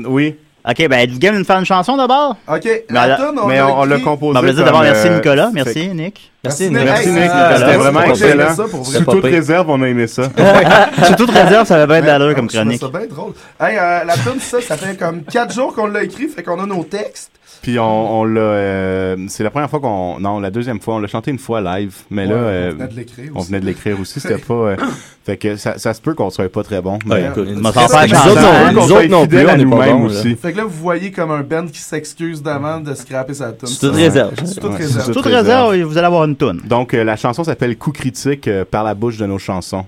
O: Oui.
J: OK, ben, êtes-vous game de nous faire une chanson d'abord?
P: OK,
J: Mais
P: la
J: on-
P: toune, on
J: mais
P: l'a
J: on- on l'a
P: écrit-
J: composée Ben, on va dire d'abord, comme, merci, euh, Nicolas. Merci, fait- Nick. Merci, Nick.
O: Merci,
J: Hey,
O: Nick.
J: ça-
O: Nicolas. C'était
J: ça-
O: vraiment
J: ça-
O: excellent.
J: ça, pour vrai.
O: Sous toute
J: Pas pire.
O: réserve, on a aimé ça.
J: Sous toute réserve, ça va pas être d'allure comme
P: Ah, Je trouve
J: chronique.
P: ça bien drôle. Hey, euh, la tune, ça, ça fait comme 4 jours qu'on l'a écrit, fait qu'on a nos textes.
O: Puis on, on l'a. euh, c'est la première fois qu'on. Non, la deuxième fois. On l'a chanté une fois live. Mais là.
P: Ouais, on
O: euh,
P: venait de l'écrire
O: On
P: aussi.
O: venait de l'écrire aussi. C'était pas. euh, fait que ça, ça se peut qu'on soit pas très bon.
J: Ouais,
O: mais-
J: écoute,
O: Ça
J: on va
O: se
J: s'en
O: peut
J: faire
O: qu'on
J: changer,
O: soit
J: hein.
O: fidèle
J: Nous autres non plus,
O: à
J: on est pas
O: nous-mêmes
J: bons, là.
O: aussi.
P: Fait que là, vous voyez comme un band qui s'excuse d'avant de scraper sa tune.
J: Sous toute réserve.
P: Sous toute
J: Ouais.
P: réserve.
J: Sous toute réserve, vous allez avoir une toune.
O: Donc euh, la chanson s'appelle Coup critique euh, par la bouche de nos chansons.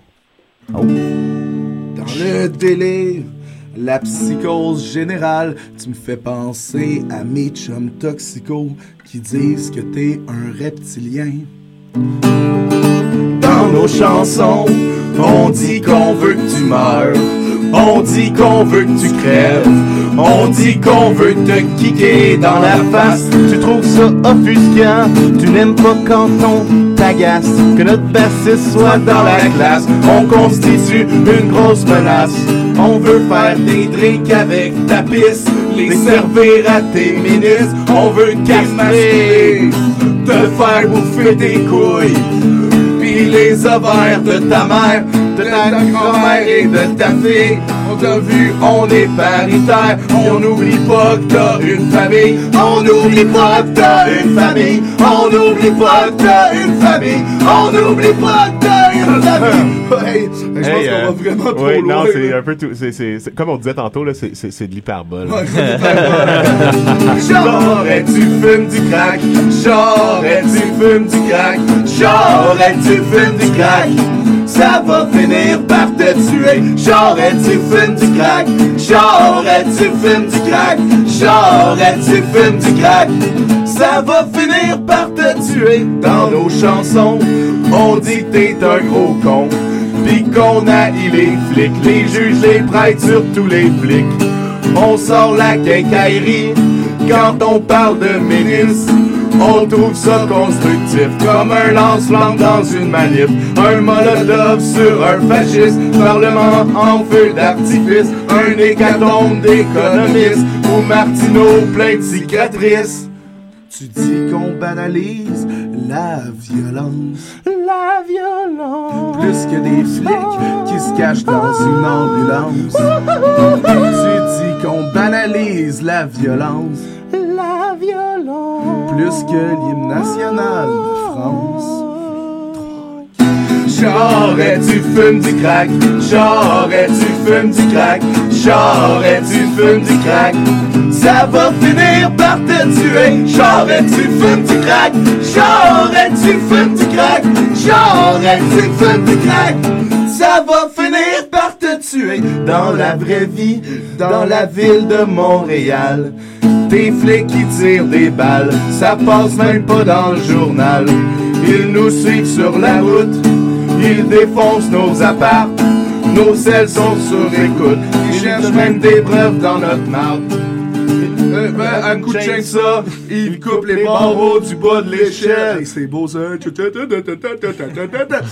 P: Dans le délire, la psychose générale, tu me fais penser à mes chums toxicaux qui disent que t'es un reptilien. Dans nos chansons, on dit qu'on veut que tu meurs. On dit qu'on veut que tu crèves. On dit qu'on veut te kicker dans la face.
U: Tu trouves ça offusquant, tu n'aimes pas quand on t'agace, que notre bassiste soit dans la classe.
P: On constitue une grosse menace. On veut faire des drinks avec ta pisse, les servir à tes ministres. On veut castrer, te faire bouffer tes couilles, puis les ovaires de ta mère, de ta grand-mère et de ta fille. On t'a vu, on est paritaire. On n'oublie pas que t'as une famille. On n'oublie pas que t'as une famille. On n'oublie pas que t'as une famille. On n'oublie pas que t'as une famille. Ouais, je pense
O: Hey,
P: qu'on
O: euh,
P: va vraiment trop
O: oui,
P: loin.
O: non, c'est
P: là.
O: un peu tout. c'est- c'est- c'est- comme on disait tantôt, là, c'est- c'est c'est de l'hyperbole.
P: Ouais, c'est de Genre, et tu fumes du crack. Genre, et tu fumes du crack. Genre, et tu fumes du crack. Ça va finir par te tuer. Genre, et tu fumes du crack. Genre, et tu fumes du crack. Genre, et tu fumes du crack. Ça va finir par te tuer. Dans nos chansons, on dit que t'es un gros con. Pis qu'on a les flics, les juges, les prêtres, surtout les flics. On sort la quincaillerie quand on parle de ménis. On trouve ça constructif comme un lance-flamme dans une manif. Un molotov sur un fasciste. Parlement en feu d'artifice. Un hécatombe d'économistes. Ou Martineau plein de cicatrices. Tu dis qu'on banalise la violence. La violence. Plus que des flics qui se cachent dans une ambulance. tu dis qu'on banalise la violence. La violence. Plus que l'hymne national de France. Genre, et tu fumes du crack. Genre, et tu fumes du crack. Genre, et tu fumes du crack. Ça va finir par te tuer. Genre, et tu fumes du crack. Genre, et tu fumes du crack. Genre, et tu fumes du crack. Ça va finir par te tuer. Dans la vraie vie, dans la ville de Montréal. Des flics qui tirent des balles, ça passe même pas dans le journal. Ils nous suivent sur la route, ils défoncent nos apparts, nos selles sont sur écoute. Ils cherchent même des preuves dans notre marde.
L: Ben, ben, à coup de chainsaw, il coupe les barreaux du bas de l'échelle. Et c'est beau ça.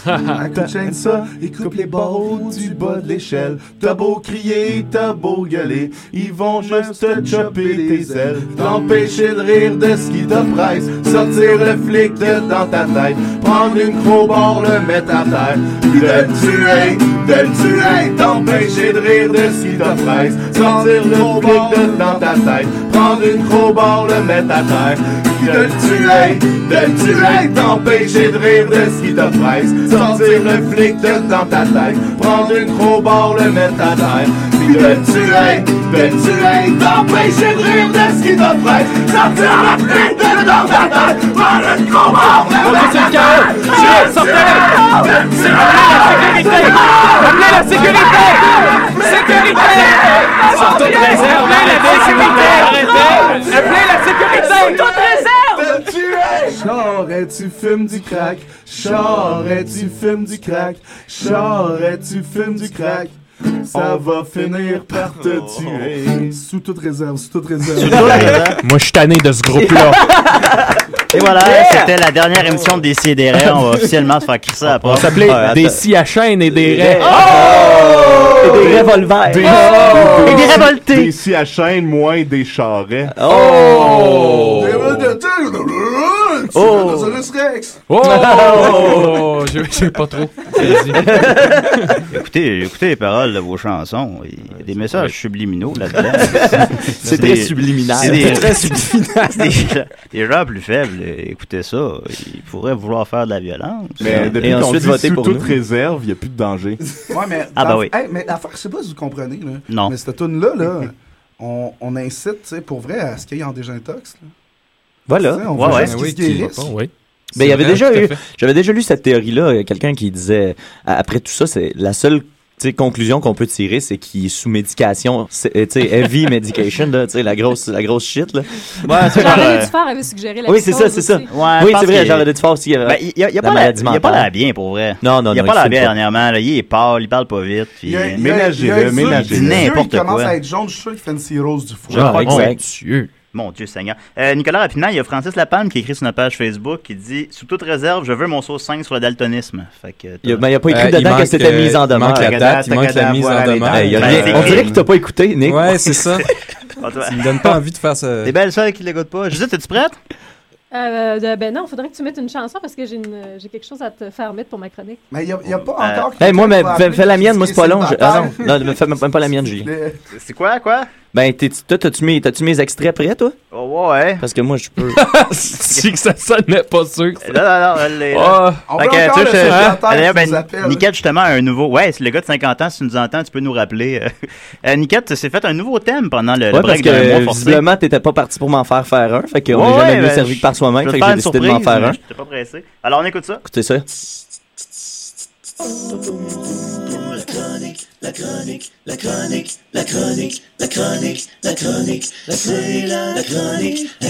L: À coup de chainsaw, il coupe les barreaux du bas de l'échelle.
P: T'as beau crier, t'as beau gueuler, ils vont juste te chopper tes ailes. T'empêcher de rire de ce qui t'oppresse, sortir le flic de dans ta tête, prendre une crowbar, le mettre à terre, puis de le tuer, de le tuer. T'empêcher de rire de ce qui t'oppresse, sortir le flic de dans ta tête, prendre une crowbar, le mettre à terre, puis de le tuer, de le tuer. T'empêcher de rire de ce qui t'oppresse, sortir le flic de dans ta tête, prendre une crowbar, le mettre à terre, puis de le tuer, de le tuer. T'empêcher de rire de ce qui t'oppresse, sortir le flic de dans ta tête, prendre une crowbar, le mettre à terre, puis de le tuer, de le tuer.
A: Amenez la sécurité! Sécurité! Sur toute réserve, amenez la sécurité! Arrêtez! Amenez la sécurité! Toute réserve!
P: Charret, tu fumes du crack. Charret, tu fumes du crack. Charret, tu fumes du crack. Ça va finir par te tuer.
L: Sous toute réserve, Oh. sous toute réserve.
N: Moi, je suis tanné de ce groupe-là.
J: Et voilà,
N: Yeah!
J: c'était la dernière émission de DCDR. On va officiellement se faire crisser après.
N: On s'appelait
J: Ouais,
N: des
J: Ah, attends.
N: scies à chaîne et des raies.
M: Et des revolvers.
J: Oh! Et des révoltés.
P: Des scies à chaîne, moins des charrets.
L: Oh! Tyrannosaurus Rex!
P: Oh!
N: Oh! Je sais pas trop.
J: Écoutez, écoutez les paroles de vos chansons. Il y a des messages subliminaux là-dedans.
M: C'est très subliminal.
J: C'est
M: C'est
J: des,
M: très
J: subliminal. des gens plus faibles, euh, écoutez ça. Ils pourraient vouloir faire de la violence.
O: Mais depuis
J: Et
O: qu'on
J: ensuite
O: dit
J: voter
O: sous
J: pour
O: toute
J: nous.
O: réserve, il n'y a plus de danger.
L: Ouais, mais.
J: Ah, bah
L: dans-
J: oui.
L: Hey, mais l'affaire, je sais pas si vous comprenez, là.
J: Non.
L: Mais cette tune là là, on, on incite, tu sais, pour vrai, à ce qu'il y ait en désintox, là.
M: Voilà.
L: Tu sais, on veut juste qu'ils se guérissent.
M: Ben, il y
L: C'est
M: avait
L: vrai,
M: déjà
L: tout à
M: eu,
L: fait.
M: j'avais déjà lu cette théorie-là, euh, quelqu'un qui disait, a- après tout ça, c'est la seule tu sais, conclusion qu'on peut tirer, c'est qu'il est sous médication, c'est, euh, tu sais, heavy medication, là, tu sais, la grosse, la grosse shit, là.
J: Ouais,
C: Jean-René Dufort avait suggéré la
M: Oui, c'est ça,
C: psychose
M: c'est ça.
C: aussi.
M: oui,
J: parce
M: c'est vrai,
J: que-
M: j'aurais dû faire aussi. euh,
J: Ben, il y a, il y a pas la- il y a pas l'air bien pour vrai.
M: Non, non,
J: Il y a
M: non,
J: pas
M: il
J: l'air
M: filme
J: bien
M: pas.
J: dernièrement. là. Il est pâle, il parle pas vite. Puis...
L: Il y a- il y a- il y a un Dieu,
J: Il dit
L: Il
J: N'importe
L: commence
J: quoi.
L: à être jaune, je suis sûr qu'il fait une cirrhose du foie.
J: Je
M: Ah,
J: crois que oui.
N: Dieu.
J: Mon Dieu Seigneur. Euh, Nicolas, rapidement, il y a Francis Lapalme qui écrit sur notre page Facebook qui dit Sous toute réserve, je veux mon sauce 5 sur le daltonisme. Fait que,
M: Il y a- ben, il y a pas écrit
J: Euh, il
M: dedans que
J: manque,
M: c'était
J: euh,
M: mise en
J: il
M: demeure.
J: manque la date, il manque la mise en demeure.
M: Ben, il y a
J: Ben,
M: rien-
J: c'est
M: On dirait
J: écrit.
M: que t'as pas écouté, Nick.
J: Ouais, c'est ça.
M: Tu me donnes pas envie de faire ça.
J: T'es belle seule qui l'écoute pas. Judith, es-tu prête
C: Euh, de- ben non, faudrait que tu mettes une chanson parce que j'ai une- euh, j'ai quelque chose à te faire mettre pour ma chronique.
L: Mais il n'y a, pas
J: Euh,
L: encore.
M: Hey, moi, mais
L: quelqu'un qui
M: fais,
L: va
M: fais la mienne, moi,
L: appeler
M: c'est pas long. je- Ah
L: célibataire.
M: non, non, mais fais même pas la mienne, Julie.
J: C'est quoi, quoi
M: Ben, t'es- toi, t'as-tu mes, t'as-tu mes extraits prêts, toi?
J: Oh, ouais.
M: Parce que moi, je peux.
N: Si que ça sonnait pas sûr. que ça-
J: Non, non, non, elle est
N: Ah.
J: là.
N: On
J: Fait
N: veut
J: que,
N: encore
J: tu
N: le
J: sais, je-
N: secrétaire
J: D'ailleurs,
N: qui
J: ben,
N: nous appelle.
J: Niquette, justement, a un nouveau. Ouais, c'est le gars de 50 ans, si tu nous entends, tu peux nous rappeler. Euh, Niquette, s'est fait un nouveau thème pendant le, le
M: Ouais, parce
J: break d'un mois
M: que
J: forcé.
M: visiblement, t'étais pas parti pour m'en faire faire un. Fait qu'on
J: Ouais,
M: est jamais
J: ouais,
M: mieux
J: ben,
M: servi que par
J: je
M: soi-même.
J: vais
M: Fait que
J: te
M: j'ai
J: faire une
M: décidé de m'en
J: surprise,
M: faire un.
J: mais J'étais pas pressé. Alors, on écoute ça.
M: Écoutez ça.
A: La chronique, la chronique, la chronique, la chronique, la chronique, c'est la chronique à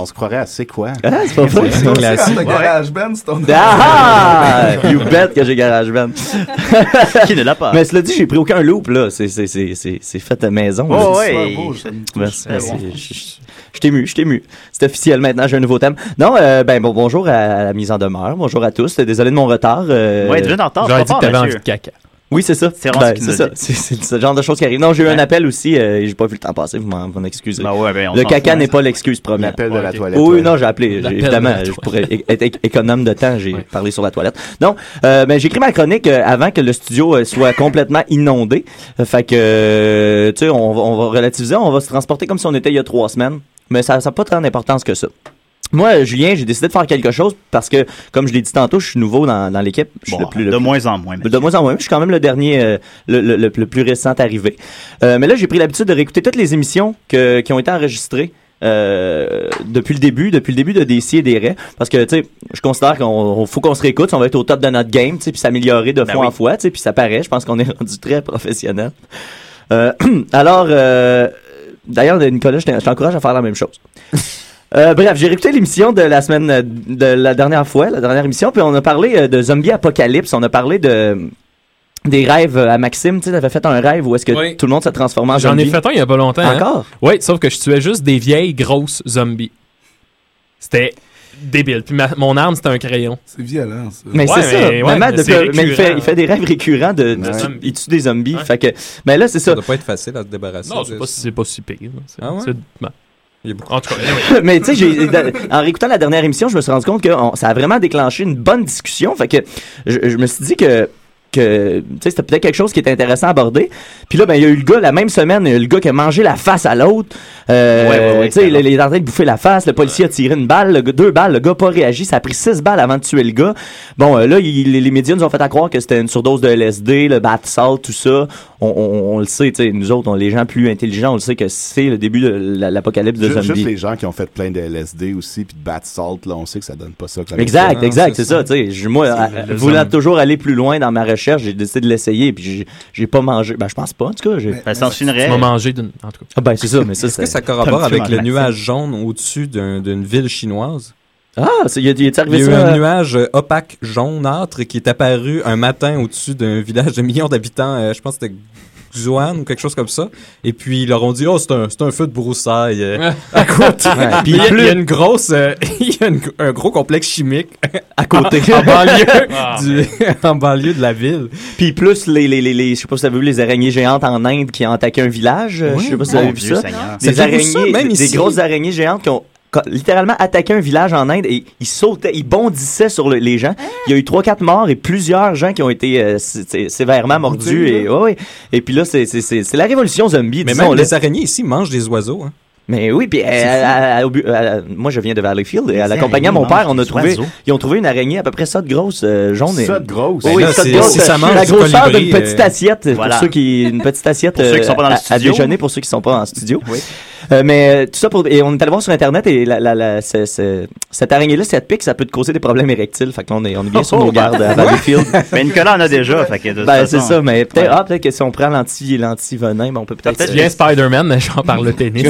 O: On se croirait à c'est quoi?
M: Ah, c'est pas vrai, c'est un classique.
L: Le garage band, c'est ton.
M: Ah! ah! You bet que j'ai garage band.
J: Qui ne l'a pas?
M: Mais cela dit, j'ai pris aucun loop, là. C'est, c'est, c'est, c'est, c'est fait à maison.
J: Oh,
M: là.
J: ouais. C'est beau, ça me touche.
M: Merci,
J: C'est
M: merci.
J: bon.
M: Je- je- Je t'ai mu, je t'ai mu. C'est officiel maintenant, j'ai un nouveau thème. Non, euh, ben bon, bonjour à la mise en demeure. Bonjour à tous. Désolé de mon retard. euh,
J: Ouais, déjà en retard, J'aurais c'est pas dit que fort, t'avais monsieur. envie de
N: caca.
M: Oui, c'est ça.
J: C'est rendu
M: Ben,
J: qu'il
M: c'est
J: nous
M: ça.
J: dit.
M: C'est, c'est ce genre de choses qui arrivent. Non, j'ai eu un appel aussi euh, et j'ai pas vu le temps passer. Vous m'en, vous m'en excusez.
J: Ben on
M: le
J: s'en
M: caca
J: fout,
M: n'est
J: hein,
M: pas l'excuse première.
O: L'appel de la toilette.
M: Oui,
O: ouais.
M: non, j'ai appelé. j'ai-
O: L'appel
M: Évidemment,
O: de la
M: je pourrais é- être é- économe de temps. J'ai parlé sur la toilette. Non, euh, ben, j'ai écrit ma chronique euh, avant que le studio euh, soit complètement inondé. Euh, Fait que, euh, tu sais, on, va- on va relativiser. On va se transporter comme si on était il y a trois semaines. Mais ça n'a pas tant d'importance que ça. Moi, euh, Julien, j'ai décidé de faire quelque chose parce que, comme je l'ai dit tantôt, je suis nouveau dans, dans l'équipe. Je suis le plus, de
J: moins en moins.
M: De moins en moins. Je suis quand même le dernier, euh, le, le- le- le plus récent arrivé. Euh, mais là, j'ai pris l'habitude de réécouter toutes les émissions que- qui ont été enregistrées. euh, depuis le début, depuis le début de DC et des Raies, parce que tu sais, je considère qu'on on- faut qu'on se réécoute, on va être au top de notre game, tu sais, puis s'améliorer de
J: Ben
M: fois en
J: oui.
M: fois, tu sais, puis ça paraît, je pense qu'on est rendu très professionnel. Euh, alors, euh, d'ailleurs, Nicolas, je t'en- je t'encourage à faire la même chose. Euh, bref, j'ai réécouté l'émission de la semaine euh, de la dernière fois, la dernière émission, puis on a parlé euh, de zombie apocalypse, on a parlé de des rêves à Maxime, tu sais, t'avais fait un rêve où est-ce que tout le monde se transformait en
N: J'en ai
M: zombie.
N: fait un il y a pas longtemps. hein.
M: Encore?
N: Oui, sauf que je tuais juste des vieilles grosses zombies. C'était débile. Puis ma- mon arme, c'était un crayon.
L: C'est violent, ça.
M: Mais c'est ça. Mais, Matt, depuis-
N: c'est
M: mais il, fait,
N: récurrent.
M: il fait des rêves récurrents de, de- il tue des zombies. Fait que, mais là, c'est ça.
Q: doit pas être facile à se débarrasser.
N: Non, c'est pas, c'est pas si pire. là. C'est-
Q: Ah ouais?
N: c'est- ben, En tout cas, anyway.
M: mais tu sais, j'ai- en réécoutant la dernière émission, je me suis rendu compte que on- ça a vraiment déclenché une bonne discussion. Fait que je, je me suis dit que que tu sais c'était peut-être quelque chose qui était intéressant à aborder puis là ben il y a eu le gars la même semaine il y a eu le gars qui a mangé la face à l'autre Euh,
S: Ouais, ouais, ouais,
M: tu sais il, il est en train de bouffer la face le policier a tiré une balle le gars- deux balles le gars a pas réagi ça a pris six balles avant de tuer le gars bon euh, là il- les- les médias nous ont fait à croire que c'était une surdose de LSD le bath salt tout ça on, on- on le sait tu sais nous autres on les gens plus intelligents on le sait que c'est le début de la- l'apocalypse de
O: Juste,
M: zombies
O: juste les gens qui ont fait plein de LSD aussi, puis de bat salt, là, on sait que ça donne pas ça. comme
M: Exact,
O: ça.
M: exact, c'est ça. tu sais, je- moi, à-
O: le
M: voulant
O: zombie.
M: toujours aller plus loin dans ma recherche, j'ai décidé de l'essayer, puis j'ai- j'ai pas mangé. Ben, je pense pas, en tout cas. j'ai-
J: Ben, sans
M: Tu
J: funéraire.
M: m'as
N: mangé d'une. En tout cas.
M: Ah, ben, c'est ça, mais ça,
Q: Est-ce que ça
M: c'est-
Q: corrobore
M: T'as un
Q: avec
M: petit
Q: le
M: mal.
Q: nuage jaune au-dessus d'un- d'une ville chinoise?
M: Ah, c'est- il y a- il est
Q: Il
M: arrivé
Q: y a eu
M: ça,
Q: un
M: euh,
Q: nuage euh, opaque jaunâtre qui est apparu un matin au-dessus d'un village de millions d'habitants, euh, je pense que c'était Xuan ou quelque chose comme ça. Et puis ils leur ont dit Oh, c'est un, c'est un feu de broussailles euh, à côté.
N: Ouais.
Q: Puis il y,
N: Mais
Q: a-
N: plus-
Q: il y a une grosse, euh, il y a une- un gros complexe chimique
M: à côté.
Q: en, banlieue
M: Ah,
Q: du- en banlieue de la ville.
M: Puis plus les, les, les, les- je sais pas si vous avez vu les araignées géantes en Inde qui ont attaqué un village. euh,
Q: Oui,
M: je sais pas si vous
Q: mon
M: avez vu
Q: Dieu
M: ça.
Q: Seigneur.
M: Des
Q: Saviez-vous ça,
M: araignées,
Q: même
M: des
Q: ici?
M: grosses araignées géantes qui ont qui ont littéralement attaqué un village en Inde et ils sautaient, ils bondissaient sur le- les
Q: Ah.
M: gens. Il y a eu trois quatre morts et plusieurs gens qui ont été euh, sé- sé- sévèrement mordus et ouais, ouais. et puis là c'est c'est- c'est c'est la révolution zombie.
Q: Mais
M: disons,
Q: même
M: là.
Q: les araignées ici mangent des oiseaux. hein.
M: Mais oui, puis euh,
Q: C'est fou.
M: à- à- au bu- à- à- moi je viens de Valleyfield et à
Q: Les
M: la compagnie à mon
Q: araignées
M: père, on a
Q: mangent des
M: trouvé,
Q: oiseaux.
M: ils ont trouvé une araignée à peu près ça de grosse, euh, jaune. et-
O: Ça de grosse? Ben
M: Oui,
O: là,
M: ça de
O: c'est-
M: grosse.
O: si ça mange
M: la
O: du
M: grosseur
O: colibri,
M: d'une petite
O: euh,
M: assiette
O: voilà.
M: pour ceux qui, une petite assiette
J: Pour ceux qui sont pas dans le
M: euh, à- à,
J: studio.
M: déjeuner pour ceux qui sont pas en studio. Euh, mais euh, tout ça pour et on est allé voir sur internet et la, la, la- ce- ce- cette araignée là, cette pique, ça peut te causer des problèmes érectiles. Fait que là, on est, on est bien sur
J: Oh,
M: nos gardes à
J: ben-
M: Valleyfield.
J: Mais Nicolas en a déjà, fait que de toute
M: Ben, c'est
J: façon-
M: ça, mais peut-être
J: Ouais.
M: ah, peut-être que si on prend l'anti l'anti venin, on peut peut-être euh,
N: Peut-être bien
M: Spider-Man, mais j'en parle le tennis.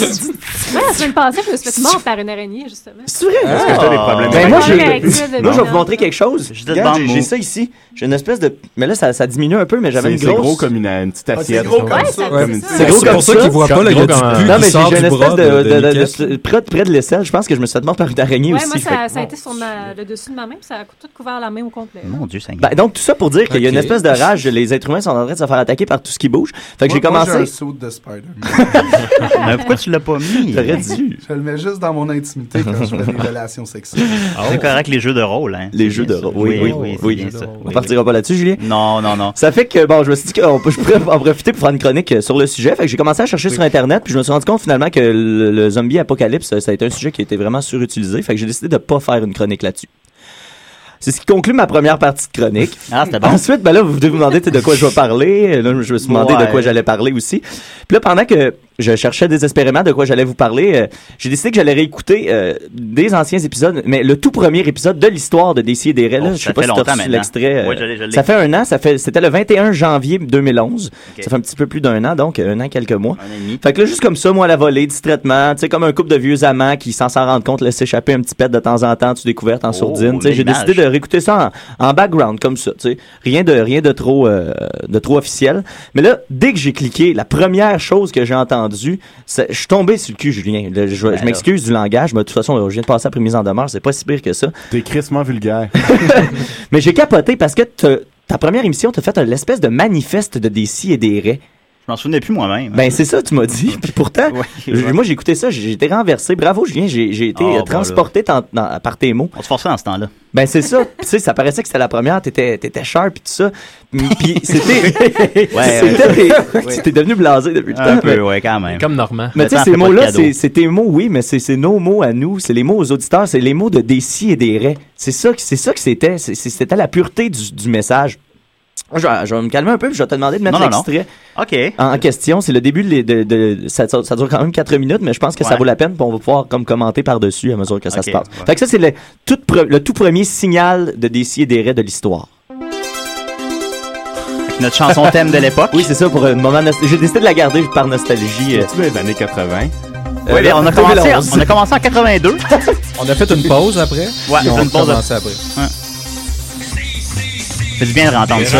C: Ouais, la semaine passée, je me suis fait mordre par une araignée, justement.
M: C'est vrai?
C: Est-ce
J: que t'as des problèmes
M: Ben, moi, j'ai-
C: Problèmes érectiles de
M: moi, je vais
C: dominante.
M: vous montrer quelque chose.
J: te
M: Regarde,
J: demande,
M: j'ai-
J: moi.
M: J'ai ça ici. J'ai une espèce de... Mais là, ça, ça diminue un peu, mais j'avais
O: C'est-
M: une
O: c'est
M: grosse...
O: gros comme une, une petite
M: Ah, c'est
O: assiette.
M: gros comme Ouais, ça, ça,
O: Comme une-
M: C'est gros comme ça. Non, mais j'ai- j'ai une espèce de... de- de- de- Près près de l'aisselle, je pense que je me suis fait mordre par une araignée
C: Ouais,
M: aussi.
C: moi,
M: fait
C: ça,
M: que-
C: ça a été sur ma- le dessus de ma main, puis ça a tout couvert la main au complet. hein.
M: Mon Dieu Seigneur. Ben, donc, tout ça pour dire qu'il y a une
L: Ok.
M: espèce de rage. Les êtres humains sont en train de se faire attaquer par tout ce qui bouge. Fait que
L: Moi-
M: j'ai
L: moi,
M: commencé...
L: un saut de Spider-Man.
M: Mais pourquoi tu l'as pas mis? T'aurais dû.
L: Je le mets juste dans mon intimité quand je fais des relations sexuelles.
N: Ah, oh.
J: C'est correct, les jeux de rôle, hein.
M: Les jeux de rôle. Oui, oui, oui.
J: c'est bien ça.
M: On partira pas là-dessus, Julien?
J: Non, non, non.
M: Ça fait que, bon, je me suis dit que je pourrais en profiter pour faire une chronique euh, sur le sujet. Fait que j'ai commencé à chercher sur Internet, puis je me suis rendu compte finalement que le, le zombie apocalypse, euh, ça a été un sujet qui était vraiment surutilisé. Fait que j'ai décidé de pas faire une chronique là-dessus. C'est ce qui conclut ma première partie de chronique.
J: Ah, c'était bon.
M: Ensuite, ben là, vous devez vous demander tu sais, de quoi je vais parler. Euh, Là, je me suis demandé
J: Ouais.
M: de quoi j'allais parler aussi. Puis là, pendant que je cherchais désespérément de quoi j'allais vous parler, euh, j'ai décidé que j'allais réécouter euh, des anciens épisodes, mais le tout premier épisode de l'histoire de Décider des Rêves.
J: Oh,
M: je
J: ça
M: sais pas
J: fait
M: si
J: longtemps
M: t'as reçu
J: maintenant.
M: l'extrait. euh,
J: Ouais, je l'ai, je l'ai.
M: ça fait un an, ça fait, c'était le 21 janvier 2011.
J: Ok.
M: Ça fait un petit peu plus d'un an, donc euh, un an, quelques mois. Fait que là, juste comme ça, moi, à la volée, distraitement, tu sais, comme un couple de vieux amants qui, sans s'en rendre compte, laissent échapper un petit pet de temps en temps, tu découvertes en sourdine. Tu sais, j'ai
J: Oh, l'image.
M: décidé de réécouter ça en, en background, comme ça, tu sais. Rien de, rien de trop, euh, de trop officiel. Mais là, dès que j'ai cliqué, la première chose que j'ai entendue, c'est- je suis tombé sur le cul, Julien. Là, je- je
J: Ben là.
M: m'excuse du langage, mais de toute façon, là, je viens de passer après mise en demeure, c'est pas si pire que ça.
O: T'es crissement vulgaire.
M: Mais j'ai capoté parce que te- ta première émission, t'as fait un- l'espèce de manifeste de des si et des raies.
J: Je m'en souvenais plus moi-même. hein.
M: Ben, c'est ça, tu m'as dit. Puis pourtant, j- moi, j'ai écouté ça, j'ai été renversé. Bravo, Julien, j'ai j'ai été
J: Ah,
M: euh,
J: ben
M: transporté tant- dans- par tes mots.
J: On se forçait dans ce temps-là.
M: Ben, c'est ça. Puis, tu sais, ça paraissait que c'était la première, t'étais étais sharp et tout ça. Mm, Puis, c'était.
J: Ouais,
M: c'était
J: ouais.
M: tes-
J: Ouais.
M: Tu t'es devenu blasé depuis le temps.
J: Un peu,
M: mais-
J: ouais, quand même.
N: Comme Normand.
M: Mais tu sais,
J: Attends,
M: ces
J: fais pas de
M: mots-là,
J: cadeau.
M: c'est c'est tes mots, oui, mais c'est c'est nos mots à nous, c'est les mots aux auditeurs, c'est les mots de des si et des raies. C'est ça, que- c'est ça que c'était. C'est- c'est- C'était la pureté du, du message. Je vais, je vais me calmer un peu, puis je vais te demander de mettre
J: Non, non, non.
M: l'extrait
J: OK.
M: en, en question. C'est le début de, les- de- de- ça, ça- ça dure quand même 4 minutes, mais je pense que ça
J: Ouais.
M: vaut la peine, puis on va pouvoir comme commenter par-dessus à mesure que ça
J: Ok,
M: se passe.
J: ouais.
M: Fait que ça, c'est le tout, pre- le tout premier signal de des si et des raies de l'histoire.
J: Notre chanson thème de l'époque.
M: Oui, c'est ça, pour un moment. nost- J'ai décidé de la garder par nostalgie. euh.
O: Tu les années 80.
J: Ouais, mais Eh Euh, on, a commencé, on a commencé en 82.
Q: On a fait une pause après.
J: Ouais,
Q: puis on
J: une pause
Q: a recommencé
J: après.
Q: après.
J: Ouais. fait du bien de rentendre ça.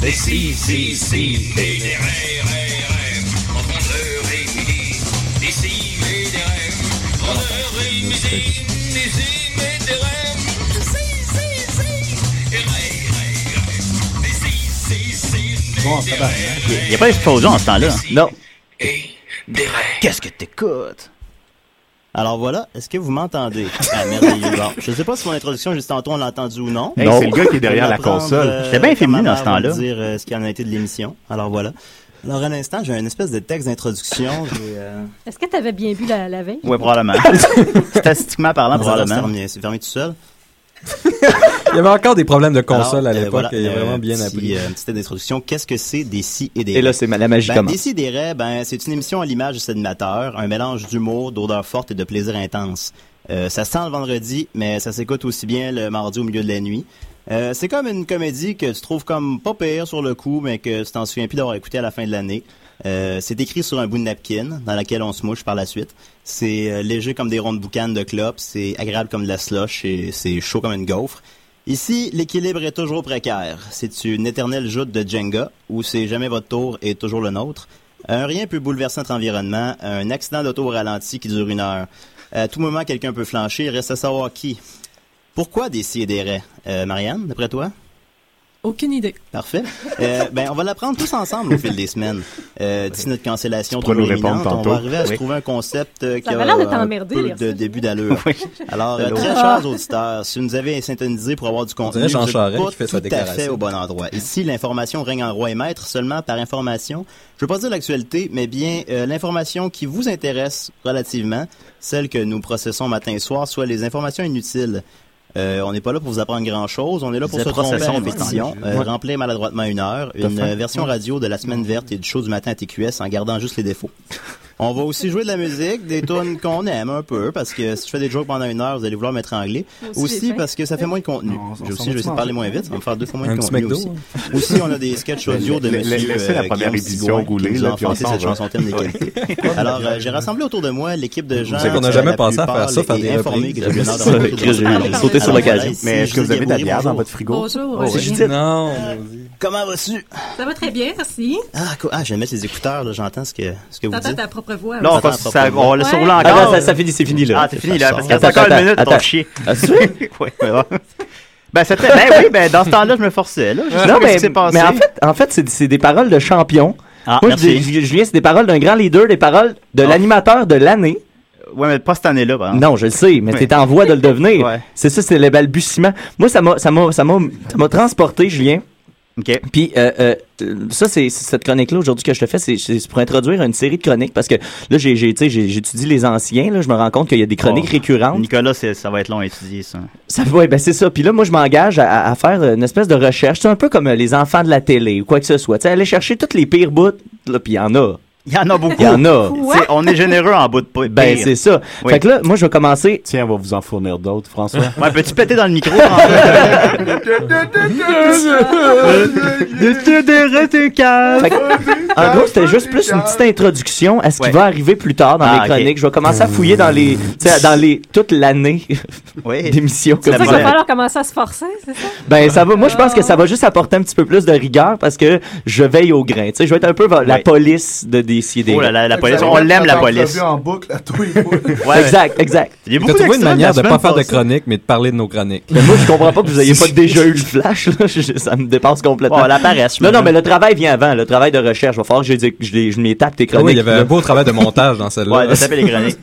A: Mais si, si, si, et des rêves, rêves, rêves. Entre l'heure et midi, des si, et des rêves. Entre l'heure et midi, des si, et des rêves. Si, si, si, et rêves, rêves, rêves. Des si, si, si, et des rêves.
J: Il n'y a pas d'explosion en ce temps-là.
M: Non.
J: Qu'est-ce que t'écoutes? Alors voilà, est-ce que vous m'entendez? Ah, merveilleux. Bon, je sais pas si mon introduction juste tantôt on l'a entendu ou non.
O: Hey, c'est le gars qui est derrière la console.
J: J'étais bien
O: féminin
J: féminin
O: dans
J: dans
O: ce
J: ce
O: temps-là.
J: temps-là. euh, dire euh, ce qu'il en a été de l'émission. Alors voilà. Alors à l'instant, j'ai un espèce de texte d'introduction. j'ai, euh,
C: Est-ce que tu avais bien bu la, la veille?
J: Ouais, probablement. Statistiquement parlant,
Q: Non, ça doit se
J: probablement.
Q: terminer.
J: C'est fermé tout seul.
Q: Il y avait encore des problèmes de console
J: Alors,
Q: à
J: euh,
Q: l'époque.
J: voilà,
Q: il a
J: euh,
Q: vraiment bien
J: petit,
Q: appris.
J: euh, petite introduction. Qu'est-ce que c'est des si et des
M: Et là, c'est ma- la magie
J: ben,
M: commence.
J: Décideret, ben, c'est une émission à l'image de cet animateur, un mélange d'humour, d'odeur forte et de plaisir intense. Euh, ça se sent le vendredi, mais ça s'écoute aussi bien le mardi au milieu de la nuit. Euh, c'est comme une comédie que tu trouves comme pas pire sur le coup, mais que tu t'en souviens plus d'avoir écouté à la fin de l'année. Euh, c'est écrit sur un bout de napkin dans laquelle on se mouche par la suite. C'est euh, léger comme des rondes boucanes de clopes, c'est agréable comme de la slush et c'est chaud comme une gaufre. Ici, l'équilibre est toujours précaire. C'est une éternelle joute de Jenga où c'est jamais votre tour et toujours le nôtre. Un rien peut bouleverser notre environnement, un accident d'auto au ralenti qui dure une heure. Euh, À tout moment, quelqu'un peut flancher, reste à savoir qui. Pourquoi des si et des raies? Euh, Marianne, d'après toi?
I: Aucune idée.
J: Parfait. Euh, ben, on va l'apprendre tous ensemble au fil des semaines. Euh, D'ici notre cancellation
O: Tu pourras
J: trop
O: nous répondre
J: imminente, on
O: tantôt.
J: va arriver à se
O: Oui.
J: trouver un concept euh, qui
C: Ça
J: a
C: avait l'air de
J: un
C: t'emmerder,
J: peu
C: lire ça.
J: de début d'allure. Alors, euh,
C: C'est
J: très
C: lourd.
J: chers auditeurs, si vous nous avez syntonisé pour avoir du contenu,
Q: dirait Jean
J: vous êtes
Q: Charest
J: pas
Q: qui fait sa
J: tout à fait
Q: déclaration.
J: au bon endroit. Ici, l'information règne en roi et maître seulement par information. Je veux pas dire l'actualité, mais bien euh, l'information qui vous intéresse relativement, celle que nous processons matin et soir, soit les informations inutiles. Euh, on n'est pas là pour vous apprendre grand-chose, on est là pour
G: Vous
J: se
G: êtes
J: tromper à
G: processons,
J: répétition,
G: maintenant.
J: euh,
G: Ouais.
J: remplir maladroitement une heure,
G: T'as
J: une
G: faim?
J: euh, version radio de la semaine verte et du show du matin à TQS en gardant juste les défauts. On va aussi jouer de la musique, des tunes qu'on aime un peu, parce que si je fais des jokes pendant une heure, vous allez vouloir m'étrangler.
G: Moi aussi, j'ai
J: Aussi
G: faim.
J: parce que ça fait moins de contenu.
G: on
J: J'ai aussi,
G: s'en
J: je vais
G: va-tu
J: essayer de parler
G: manger?
J: moins vite, ça va me faire deux fois moins
G: Un
J: de
G: petit
J: contenu
G: McDo,
J: aussi.
G: hein.
J: Aussi, on a des sketchs audio de
G: La- la-
J: monsieur euh,
G: laissez la première
J: Guillaume
G: édition
J: Sigouin, qui
G: rouler,
J: nous a
G: là, puis on
J: enfanté
G: s'en
J: cette
G: va.
J: chanson thème des qualités. Alors, euh, j'ai rassemblé autour de moi l'équipe de gens
Q: savez qu'on n'a
J: euh,
Q: jamais
J: la
Q: pensé à
J: plupart
Q: faire ça, faire
J: et
Q: des
J: informés
Q: reprises.
J: que j'ai l'honneur de
Q: Ça,
J: rencontrer
Q: Chris, j'ai-
J: aujourd'hui.
Q: j'ai sauté sur
J: Alors,
Q: l'occasion.
J: voilà, ici,
O: Mais est-ce que vous
J: Judith
O: avez de la
J: Gabourrier,
O: bière dans
J: bonjour.
O: votre frigo?
I: Bonjour,
J: Oh,
I: oui.
J: c'est Judith.
Q: Non.
J: Comment vas-tu?
I: Ça va très bien, merci.
J: Ah, quoi? Ah, je vais mettre les écouteurs, là, j'entends ce que, ce que vous
I: T'entends
J: dites.
I: ta propre voix.
C: hein.
J: Là, on,
I: T'entends
J: passe-
I: ta propre
J: ça,
I: voix.
J: on laisse
I: Ouais.
J: rouler encore.
M: Ah, non, ça- ça finit, c'est fini, là.
J: Ah, c'est fini, là, parce qu'il
M: Attends,
J: reste encore
M: attends,
J: une minute, ton
M: attends.
J: chier.
M: Ah, c'est sûr?
J: Ouais, ouais, ouais. Ben, ça fait- ben oui, ben, dans ce temps-là, je me forçais, là. Je sais
M: Non,
J: pas
M: mais,
J: ce qui s'est passé.
M: mais en fait, en fait c'est, c'est des paroles de champion.
J: Ah,
M: Moi,
J: merci. Ah.
M: je dis- Julien, c'est des paroles d'un grand leader, des paroles de l'animateur de l'année.
J: Ouais, mais pas cette année-là, par exemple.
M: Non, je le sais, mais
J: Oui.
M: t'es en voie de le devenir. C'est ça, c'est le balbutiement. Moi, ça m'a, ça m'a, ça m'a, ça m'a transporté, Julien.
J: OK.
M: Puis, euh, euh, ça, c'est, c'est cette chronique-là aujourd'hui que je te fais, c'est, c'est pour introduire une série de chroniques parce que là, j'ai, j'ai, tu sais, j'ai- j'étudie les anciens, là, je me rends compte qu'il y a des chroniques
J: Oh.
M: récurrentes.
J: Nicolas, c'est- ça va être long à étudier, ça.
M: Ça, ouais, ben c'est ça. Puis là, moi, je m'engage à, à faire une espèce de recherche. C'est un peu comme euh, les enfants de la télé ou quoi que ce soit. Tu sais, aller chercher toutes les pires bouts. Là, puis il y en a.
J: Il y en a beaucoup.
M: Il y en a.
J: C'est- On est généreux en bout de pi-
M: Ben,
J: pire.
M: c'est ça.
J: Oui.
M: Fait que là, moi, je vais commencer.
O: Tiens, on va vous en fournir d'autres, François.
J: Ouais, peux-tu péter dans le micro?
M: Fait que, en gros, c'était juste plus une petite introduction à ce qui va arriver plus tard dans
J: Ah,
M: mes
J: ok.
M: chroniques. Je vais commencer à fouiller dans les, tu sais, dans les, toute l'année d'émission.
C: C'est ça qu'il va falloir commencer à se forcer, c'est ça?
M: Ben ça va. Moi, je pense que ça va juste apporter un petit peu plus de rigueur parce que je veille au grain. Tu sais, je vais être un peu va- la police de des
J: Oh là là, la police.
L: Ça
J: On
L: va
J: l'aime, la
L: mettre
J: police.
L: l'entrevue en boucle à tous les fois.
M: Exact, exact.
J: Il y a
Q: T'as
J: beaucoup
Q: trouvé une
J: d'extraits
Q: manière de
J: la
Q: pas
J: semaine
Q: faire de
J: passée.
Q: chronique, mais de parler de nos chroniques.
M: Mais Ben, moi, je comprends pas que vous ayez pas déjà eu le flash, là. Je- ça me dépasse complètement.
J: Bon, la paresse, je
M: Non, non,
J: me-
M: mais le travail vient avant, le travail de recherche. Il va falloir que je, dis- que je, les- je m'y tape tes
Q: Ah
M: chroniques.
Q: oui, il y avait
M: là.
Q: un beau travail de montage dans celle-là.
J: Ouais, de taper les chroniques.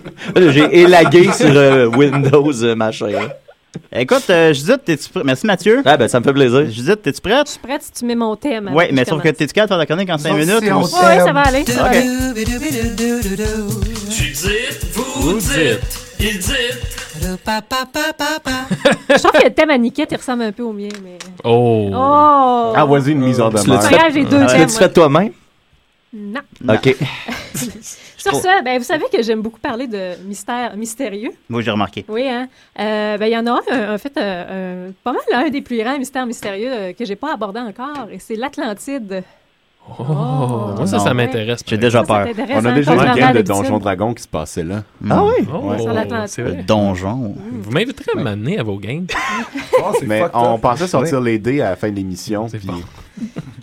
M: J'ai élagué sur euh, Windows, euh, machin. là.
J: Écoute, euh, Judith, t'es-tu prête? Merci, Mathieu.
M: Ah, ben, ça me fait plaisir.
J: Judith, t'es-tu prête?
C: Prête si tu mets mon thème.
J: Oui, mais
C: sur
J: sauf que t'es-tu capable de faire la chronique en 5 minutes?
C: si
J: ou-
C: on Ouais, t'aime. ça va aller, ça va aller.
A: Dites, vous dites, il dit.
C: Je trouve que le thème à Niquette, il ressemble un peu au mien, mais...
N: Oh.
C: Oh!
O: Ah, vas-y, une mise en
M: Tu l'as-tu
O: demeure.
C: fait- Regarde, j'ai deux
M: Tu
C: thèmes,
M: l'as-tu fait
C: ouais.
M: toi-même?
C: Non.
M: OK.
C: Sur ce, ben, vous savez que j'aime beaucoup parler de mystère, mystérieux.
J: Moi, j'ai remarqué.
C: Oui, hein? Euh, ben, il y en a un, euh, en fait, euh, euh, pas mal, un des plus grands mystères mystérieux euh, que j'ai pas abordé encore, et c'est l'Atlantide.
N: Oh, moi, ça, ça m'intéresse.
J: J'ai déjà peur.
O: On
N: hein,
O: a déjà une game de Donjon Dragon qui se passait là. Hmm.
J: Ah oui?
N: Oh,
C: Sur l'Atlantique.
N: c'est vrai.
J: Donjon.
N: Vous m'inviterez à m'amener à vos games.
O: Mais on pensait sortir les dés à la fin de l'émission. puis-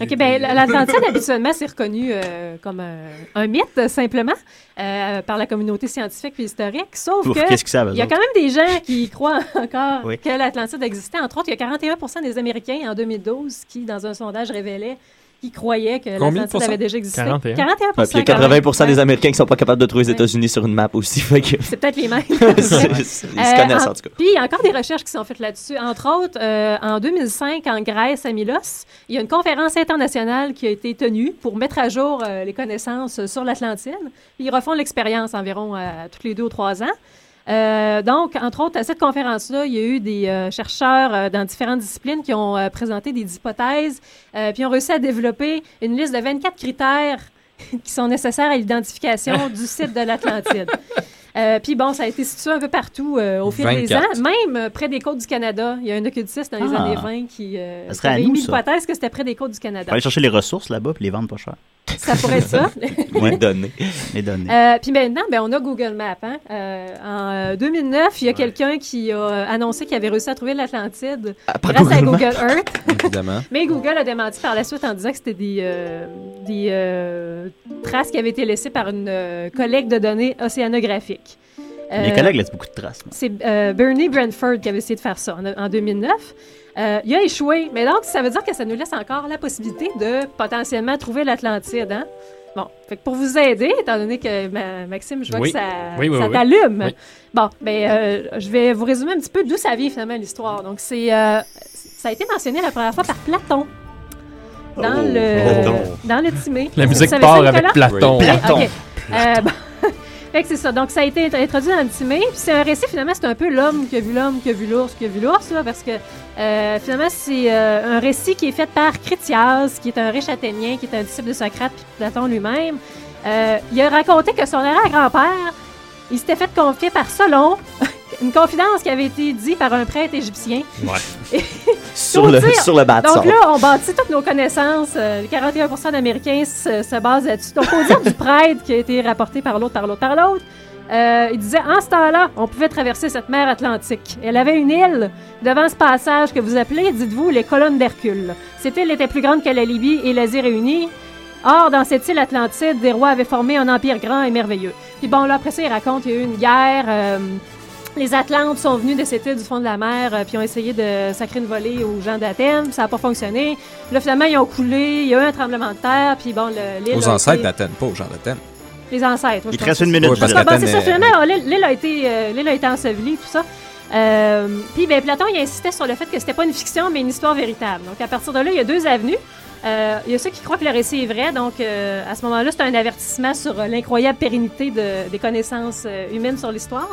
C: OK, ben, la- l'Atlantide, habituellement, c'est reconnu euh, comme un, un mythe, euh, simplement, euh, par la communauté scientifique et historique. Sauf
J: Ouf,
C: que
J: qu'est-ce qu'ils savent, eux
C: il y a
J: autres?
C: quand même des gens qui croient encore
J: Oui.
C: que l'Atlantide existait. Entre autres, il y a 41 des Américains en 2012 qui, dans un sondage, révélaient qu'ils croyaient que
M: Combien de
C: l'Atlantide
M: pourcents?
C: avait déjà existé.
M: 41.
C: 41
M: Ouais, Ah, puis il y a
C: quand même.
M: 80 des Américains qui sont pas capables de trouver les
C: Ouais.
M: États-Unis sur une map aussi. fait que-
C: C'est peut-être les mêmes.
M: C'est- c'est- Ils se
C: Euh,
M: connaissent en tout cas.
C: Puis il y a encore des recherches qui sont faites là-dessus. Entre autres, euh, en 2005, en Grèce, à Milos, il y a une conférence internationale qui a été tenue pour mettre à jour euh, les connaissances sur l'Atlantide. Ils refont l'expérience environ euh, tous les deux ou trois ans. Euh, donc, entre autres, à cette conférence-là, il y a eu des euh, chercheurs euh, dans différentes disciplines qui ont euh, présenté des hypothèses, euh, puis ont réussi à développer une liste de 24 critères qui sont nécessaires à l'identification du site de l'Atlantide. Euh, puis bon, ça a été situé un peu partout euh, au fil des
J: 24.
C: ans, même euh, près des côtes du Canada. Il y a un occultiste dans les
J: Ah.
C: années 20 qui euh,
J: Ça serait à
C: avait
J: nous,
C: mis
J: ça.
C: l'hypothèse que c'était près des côtes du Canada.
J: Faut aller chercher les ressources là-bas puis les vendre pas cher.
C: Ça pourrait être ça.
J: Ouais. Les données.
C: Euh, puis maintenant, ben, on a Google Maps. hein. Euh, en euh, 2009, il y a quelqu'un qui a euh, annoncé qu'il avait réussi à trouver l'Atlantide
Q: par
C: grâce à
Q: Google
C: Google
Q: Maps.
C: Earth.
Q: Évidemment.
C: Mais Google a démenti par la suite en disant que c'était des, euh, des euh, traces qui avaient été laissées par une euh, collecte de données océanographiques.
J: Mes
C: Euh,
J: collègues laissent beaucoup de traces. moi.
C: c'est euh, Bernie Brentford qui avait essayé de faire ça en, en 2009. Euh, il a échoué, mais donc ça veut dire que ça nous laisse encore la possibilité de potentiellement trouver l'Atlantide. Hein? Bon, fait que pour vous aider, étant donné que ma- Maxime, je vois
N: Oui.
C: que ça,
N: Oui, oui,
C: ça
N: oui.
C: t'allume.
N: Oui.
C: Bon, ben, euh, je vais vous résumer un petit peu d'où ça vient finalement l'histoire. Donc, c'est euh, ça a été mentionné la première fois par Platon. Dans
N: Oh,
C: le
N: Platon.
C: dans le Timée.
N: La
C: Vous
N: musique
C: savez
N: part
C: ça,
N: avec
C: Nicolas?
N: Platon.
C: Oui,
N: Platon.
C: ok. Euh, bon, fait que c'est ça. Donc, ça a été int- introduit dans le Timée. Puis c'est un récit, finalement, c'est un peu l'homme qui a vu l'homme, qui a vu l'ours, qui a vu l'ours, là, parce que euh, finalement, c'est euh, un récit qui est fait par Critias, qui est un riche athénien, qui est un disciple de Socrate, puis de Platon lui-même. Euh, il a raconté que son arrière-grand-père, il s'était fait confier par Solon, une confidence qui avait été dite par un prêtre égyptien.
M: Ouais. sur, le,
C: Donc, tu sais,
M: sur le bâton.
C: Donc là, on bâtit toutes nos connaissances. Euh, les 41 d'Américains se, se basent là-dessus. Donc, au dire du prêtre qui a été rapporté par l'autre, par l'autre, par l'autre, euh, il disait En ce temps-là, on pouvait traverser cette mer Atlantique. Elle avait une île devant ce passage que vous appelez, dites-vous, les colonnes d'Hercule. Cette île était plus grande que la Libye et l'Asie réunie. Or, dans cette île Atlantide, des rois avaient formé un empire grand et merveilleux. Puis bon, là, après ça, il raconte qu'il y a eu une guerre. euh, les Atlantes sont venus de cette île du fond de la mer, euh, puis ont essayé de sacrer une volée aux gens d'Athènes, puis ça n'a pas fonctionné. Là, finalement, ils ont coulé, il y a eu un tremblement de terre, puis bon, le- l'île. a
Q: Aux
C: été-
Q: ancêtres d'Athènes, pas aux gens d'Athènes.
C: Les ancêtres. oui,
Q: Il
C: je
Q: te
C: pense
Q: reste
C: que
Q: une
C: c'est-
Q: minute,
C: Ouais, parce
Q: Juliette.
C: que, bon, c'est
Q: Athènes,
C: ça,
Q: euh,
C: finalement, l'île l'île a été, euh, l'île a été ensevelie, tout ça. Euh, puis ben, Platon il insistait sur le fait que c'était pas une fiction mais une histoire véritable. Donc à partir de là, il y a deux avenues. Euh, il y a ceux qui croient que le récit est vrai, donc euh, à ce moment-là, c'est un avertissement sur euh, l'incroyable pérennité de- des connaissances euh, humaines sur l'histoire.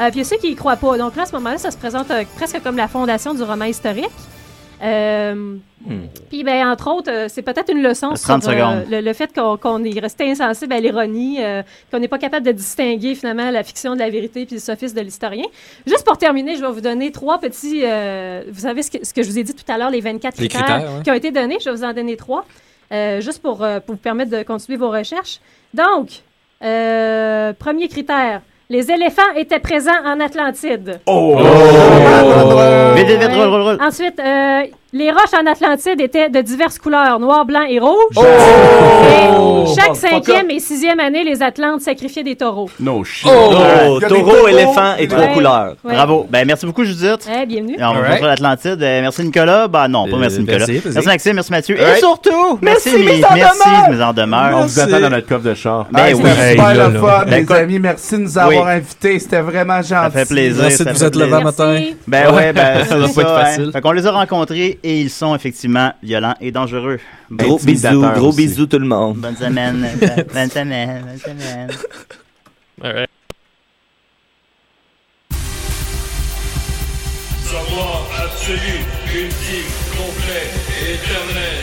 C: Euh, puis il y a ceux qui y croient pas. Donc là, à ce moment-là, ça se présente euh, presque comme la fondation du roman historique. Euh, puis, ben, entre autres, euh, c'est peut-être une leçon
J: 30
C: sur euh,
J: secondes.
C: le, le fait qu'on qu'on est resté insensible à l'ironie, euh, qu'on n'est pas capable de distinguer finalement la fiction de la vérité puis le sophisme de l'historien. Juste pour terminer, je vais vous donner trois petits. euh, vous savez ce que, ce que je vous ai dit tout à l'heure, les 24
B: Les
C: critères,
B: critères, ouais.
C: qui ont été donnés. Je vais vous en donner trois, euh, juste pour, euh, pour vous permettre de continuer vos recherches. Donc, euh, premier critère. Les éléphants étaient présents en Atlantide.
J: Oh! Vite, vite, vite, roule, roule, roule.
C: Ensuite, euh, les roches en Atlantide étaient de diverses couleurs, noir, blanc et rouge. Et chaque cinquième et sixième année, les Atlantes sacrifiaient des taureaux.
O: No shit.
J: Oh,
C: Il y a des
J: taureau,
C: taureaux.
J: éléphant et trois
C: Ouais,
J: couleurs.
C: ouais.
J: Bravo. Ben, merci beaucoup, Judith.
C: Eh, bienvenue.
J: Et on va
C: Alright.
J: sur l'Atlantide. Euh, merci, Nicolas. Ben, non, pas
O: Euh,
J: merci, Nicolas.
O: merci,
J: Merci,
O: vas-y.
J: Maxime, merci, Mathieu. Et
O: Alright.
J: surtout, merci,
O: Oh, Merci,
J: mes-
O: mise en
J: merci,
O: demeure.
J: mes en demeure.
O: On vous attend dans notre coffre de
L: Ah,
O: char.
J: Ben
O: Hey,
J: oui.
O: c'était
J: Hey,
O: super
J: là,
O: le
J: là.
O: fun,
J: Ben,
O: les
J: écoute-
O: amis.
P: Merci de nous avoir
J: Oui.
P: invités. C'était vraiment gentil.
J: Ça fait plaisir.
Q: Merci de
J: ça
Q: vous
J: fait
Q: être levé
J: plaisir.
Q: à matin.
J: Ben ouais, ben,
Q: Ouais. Ça doit
J: c'est
Q: pas être
J: hein.
Q: facile.
J: Fait qu'on les a rencontrés et ils sont effectivement violents et dangereux.
M: Gros
J: Intimidateurs
M: bisous, gros
J: aussi.
M: bisous tout le monde.
J: Bonne semaine. Bonne- Bonne semaine. Bonne semaine.
A: Savoir absolu, ultime, complet, éternel.